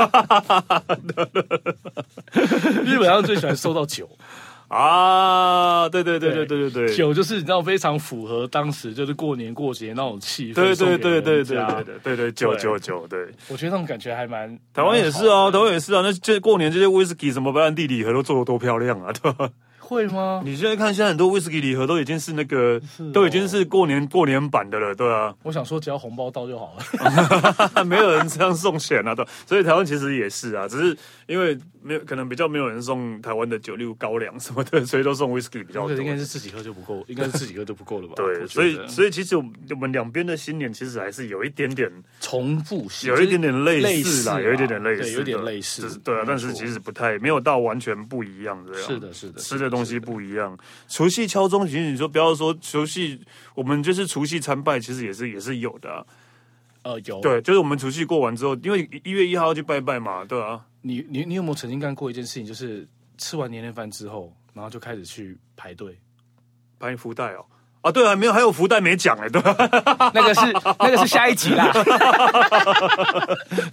[SPEAKER 2] 日本他们最喜欢收到酒，
[SPEAKER 1] 啊，对 对对对对对对，
[SPEAKER 2] 酒就是你知道非常符合当时就是过年过节那种气氛，
[SPEAKER 1] 对
[SPEAKER 2] 送
[SPEAKER 1] 对
[SPEAKER 2] 给
[SPEAKER 1] 对
[SPEAKER 2] 人
[SPEAKER 1] 对对
[SPEAKER 2] 家
[SPEAKER 1] 对对对对九九九对，
[SPEAKER 2] 我觉得那种感觉还蛮
[SPEAKER 1] 台湾也是
[SPEAKER 2] 蛮好
[SPEAKER 1] 啊，台湾也是啊，那这过年这些威士忌什么白兰地礼盒都做的多漂亮啊，对吧？
[SPEAKER 2] 的，会吗？
[SPEAKER 1] 你现在看现在很多威士忌礼盒都已经是那个，
[SPEAKER 2] 哦
[SPEAKER 1] 都已经是过年过年版的了，对啊，
[SPEAKER 2] 我想说，只要红包到就好 了。
[SPEAKER 1] 没有人这样送钱啊，对，所以台湾其实也是啊，只是因为没有可能比较没有人送台湾的酒，例如高粱什么的，所以都送威士忌 比较多啊
[SPEAKER 2] 这。应该是自己喝就不够，应该是自己喝就不够了吧？
[SPEAKER 1] 对，
[SPEAKER 2] 我觉
[SPEAKER 1] 所
[SPEAKER 2] 得
[SPEAKER 1] 以所以其实我们我们两边的新年其实还是有一点点
[SPEAKER 2] 重复性
[SPEAKER 1] 有一点点类似啦，
[SPEAKER 2] 就是
[SPEAKER 1] 有一点点类似的，
[SPEAKER 2] 啊对有一点类似
[SPEAKER 1] 就是对啊
[SPEAKER 2] 没，
[SPEAKER 1] 但是
[SPEAKER 2] 错
[SPEAKER 1] 其实不太，没有到完全不一样这样。
[SPEAKER 2] 是的，是的，
[SPEAKER 1] 吃的东西不一样。除夕敲钟，其实你说不要说除夕，我们就是除夕参拜，其实也是也是有的啊、
[SPEAKER 2] 呃有。
[SPEAKER 1] 对，就是我们除夕过完之后，因为一月一号要去拜拜嘛，对啊，
[SPEAKER 2] 你你你有没有曾经干过一件事 情，就是吃完年夜饭之后，然后就开始去排队？
[SPEAKER 1] 拍福袋哦。啊，对啊，没有，还有福袋没讲哎，对吧、
[SPEAKER 3] 那个是那个是下一集 啦。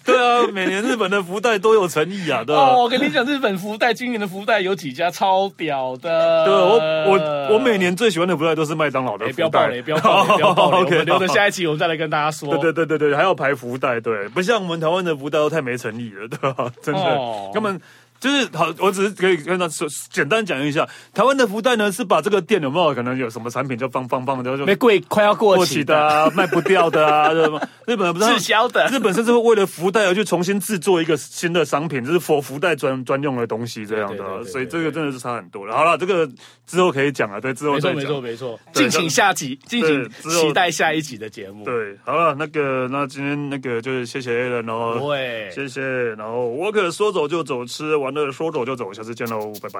[SPEAKER 1] 对啊，每年日本的福袋都有诚意啊，对吧、
[SPEAKER 2] 哦，我跟你讲，日本福袋今年的福袋有几家超屌的。
[SPEAKER 1] 对，我我我每年最喜欢的福袋都是麦当劳的
[SPEAKER 2] 呃哎，不
[SPEAKER 1] 福
[SPEAKER 2] 要爆
[SPEAKER 1] 袋，
[SPEAKER 2] 雷，不要爆雷，不要爆雷，我
[SPEAKER 1] 哦 OK，
[SPEAKER 2] 们留着
[SPEAKER 1] 好
[SPEAKER 2] 下一期，我们再来跟大家说。
[SPEAKER 1] 对对对对对，还要排福袋，对， 不像我们台湾的福袋都太没诚意了，对吧？ 真的，
[SPEAKER 2] 哦
[SPEAKER 1] 根本就是好，我只是可以跟他说简单讲一下，台湾的福袋呢是把这个店有没有可能有什么产品就放放放，然后就
[SPEAKER 3] 玫瑰快要过
[SPEAKER 1] 过
[SPEAKER 3] 期
[SPEAKER 1] 期
[SPEAKER 3] 的，
[SPEAKER 1] 的啊，卖不掉的啊， 对吗？日本不是
[SPEAKER 3] 滞销的
[SPEAKER 1] 日本甚至会为了福袋而去重新制作一个新的商品，就是佛福袋专专用的东西这样
[SPEAKER 2] 对
[SPEAKER 1] 的
[SPEAKER 2] 对对
[SPEAKER 1] 啊，
[SPEAKER 2] 对
[SPEAKER 1] 所以这个真的是差很多了。好了，这个之后可以讲啊，对，之后
[SPEAKER 2] 没错
[SPEAKER 1] 再
[SPEAKER 2] 没
[SPEAKER 1] 讲
[SPEAKER 2] 错。没错，
[SPEAKER 1] 对
[SPEAKER 2] 敬请下集，敬请
[SPEAKER 1] 之后
[SPEAKER 2] 期待下一集的节目。
[SPEAKER 1] 对，好了，那个，那今天那个就是谢谢 A 人哦，
[SPEAKER 2] 对，
[SPEAKER 1] 谢谢。然后我可说走就走，吃完了说走就走，下次见喽，拜拜。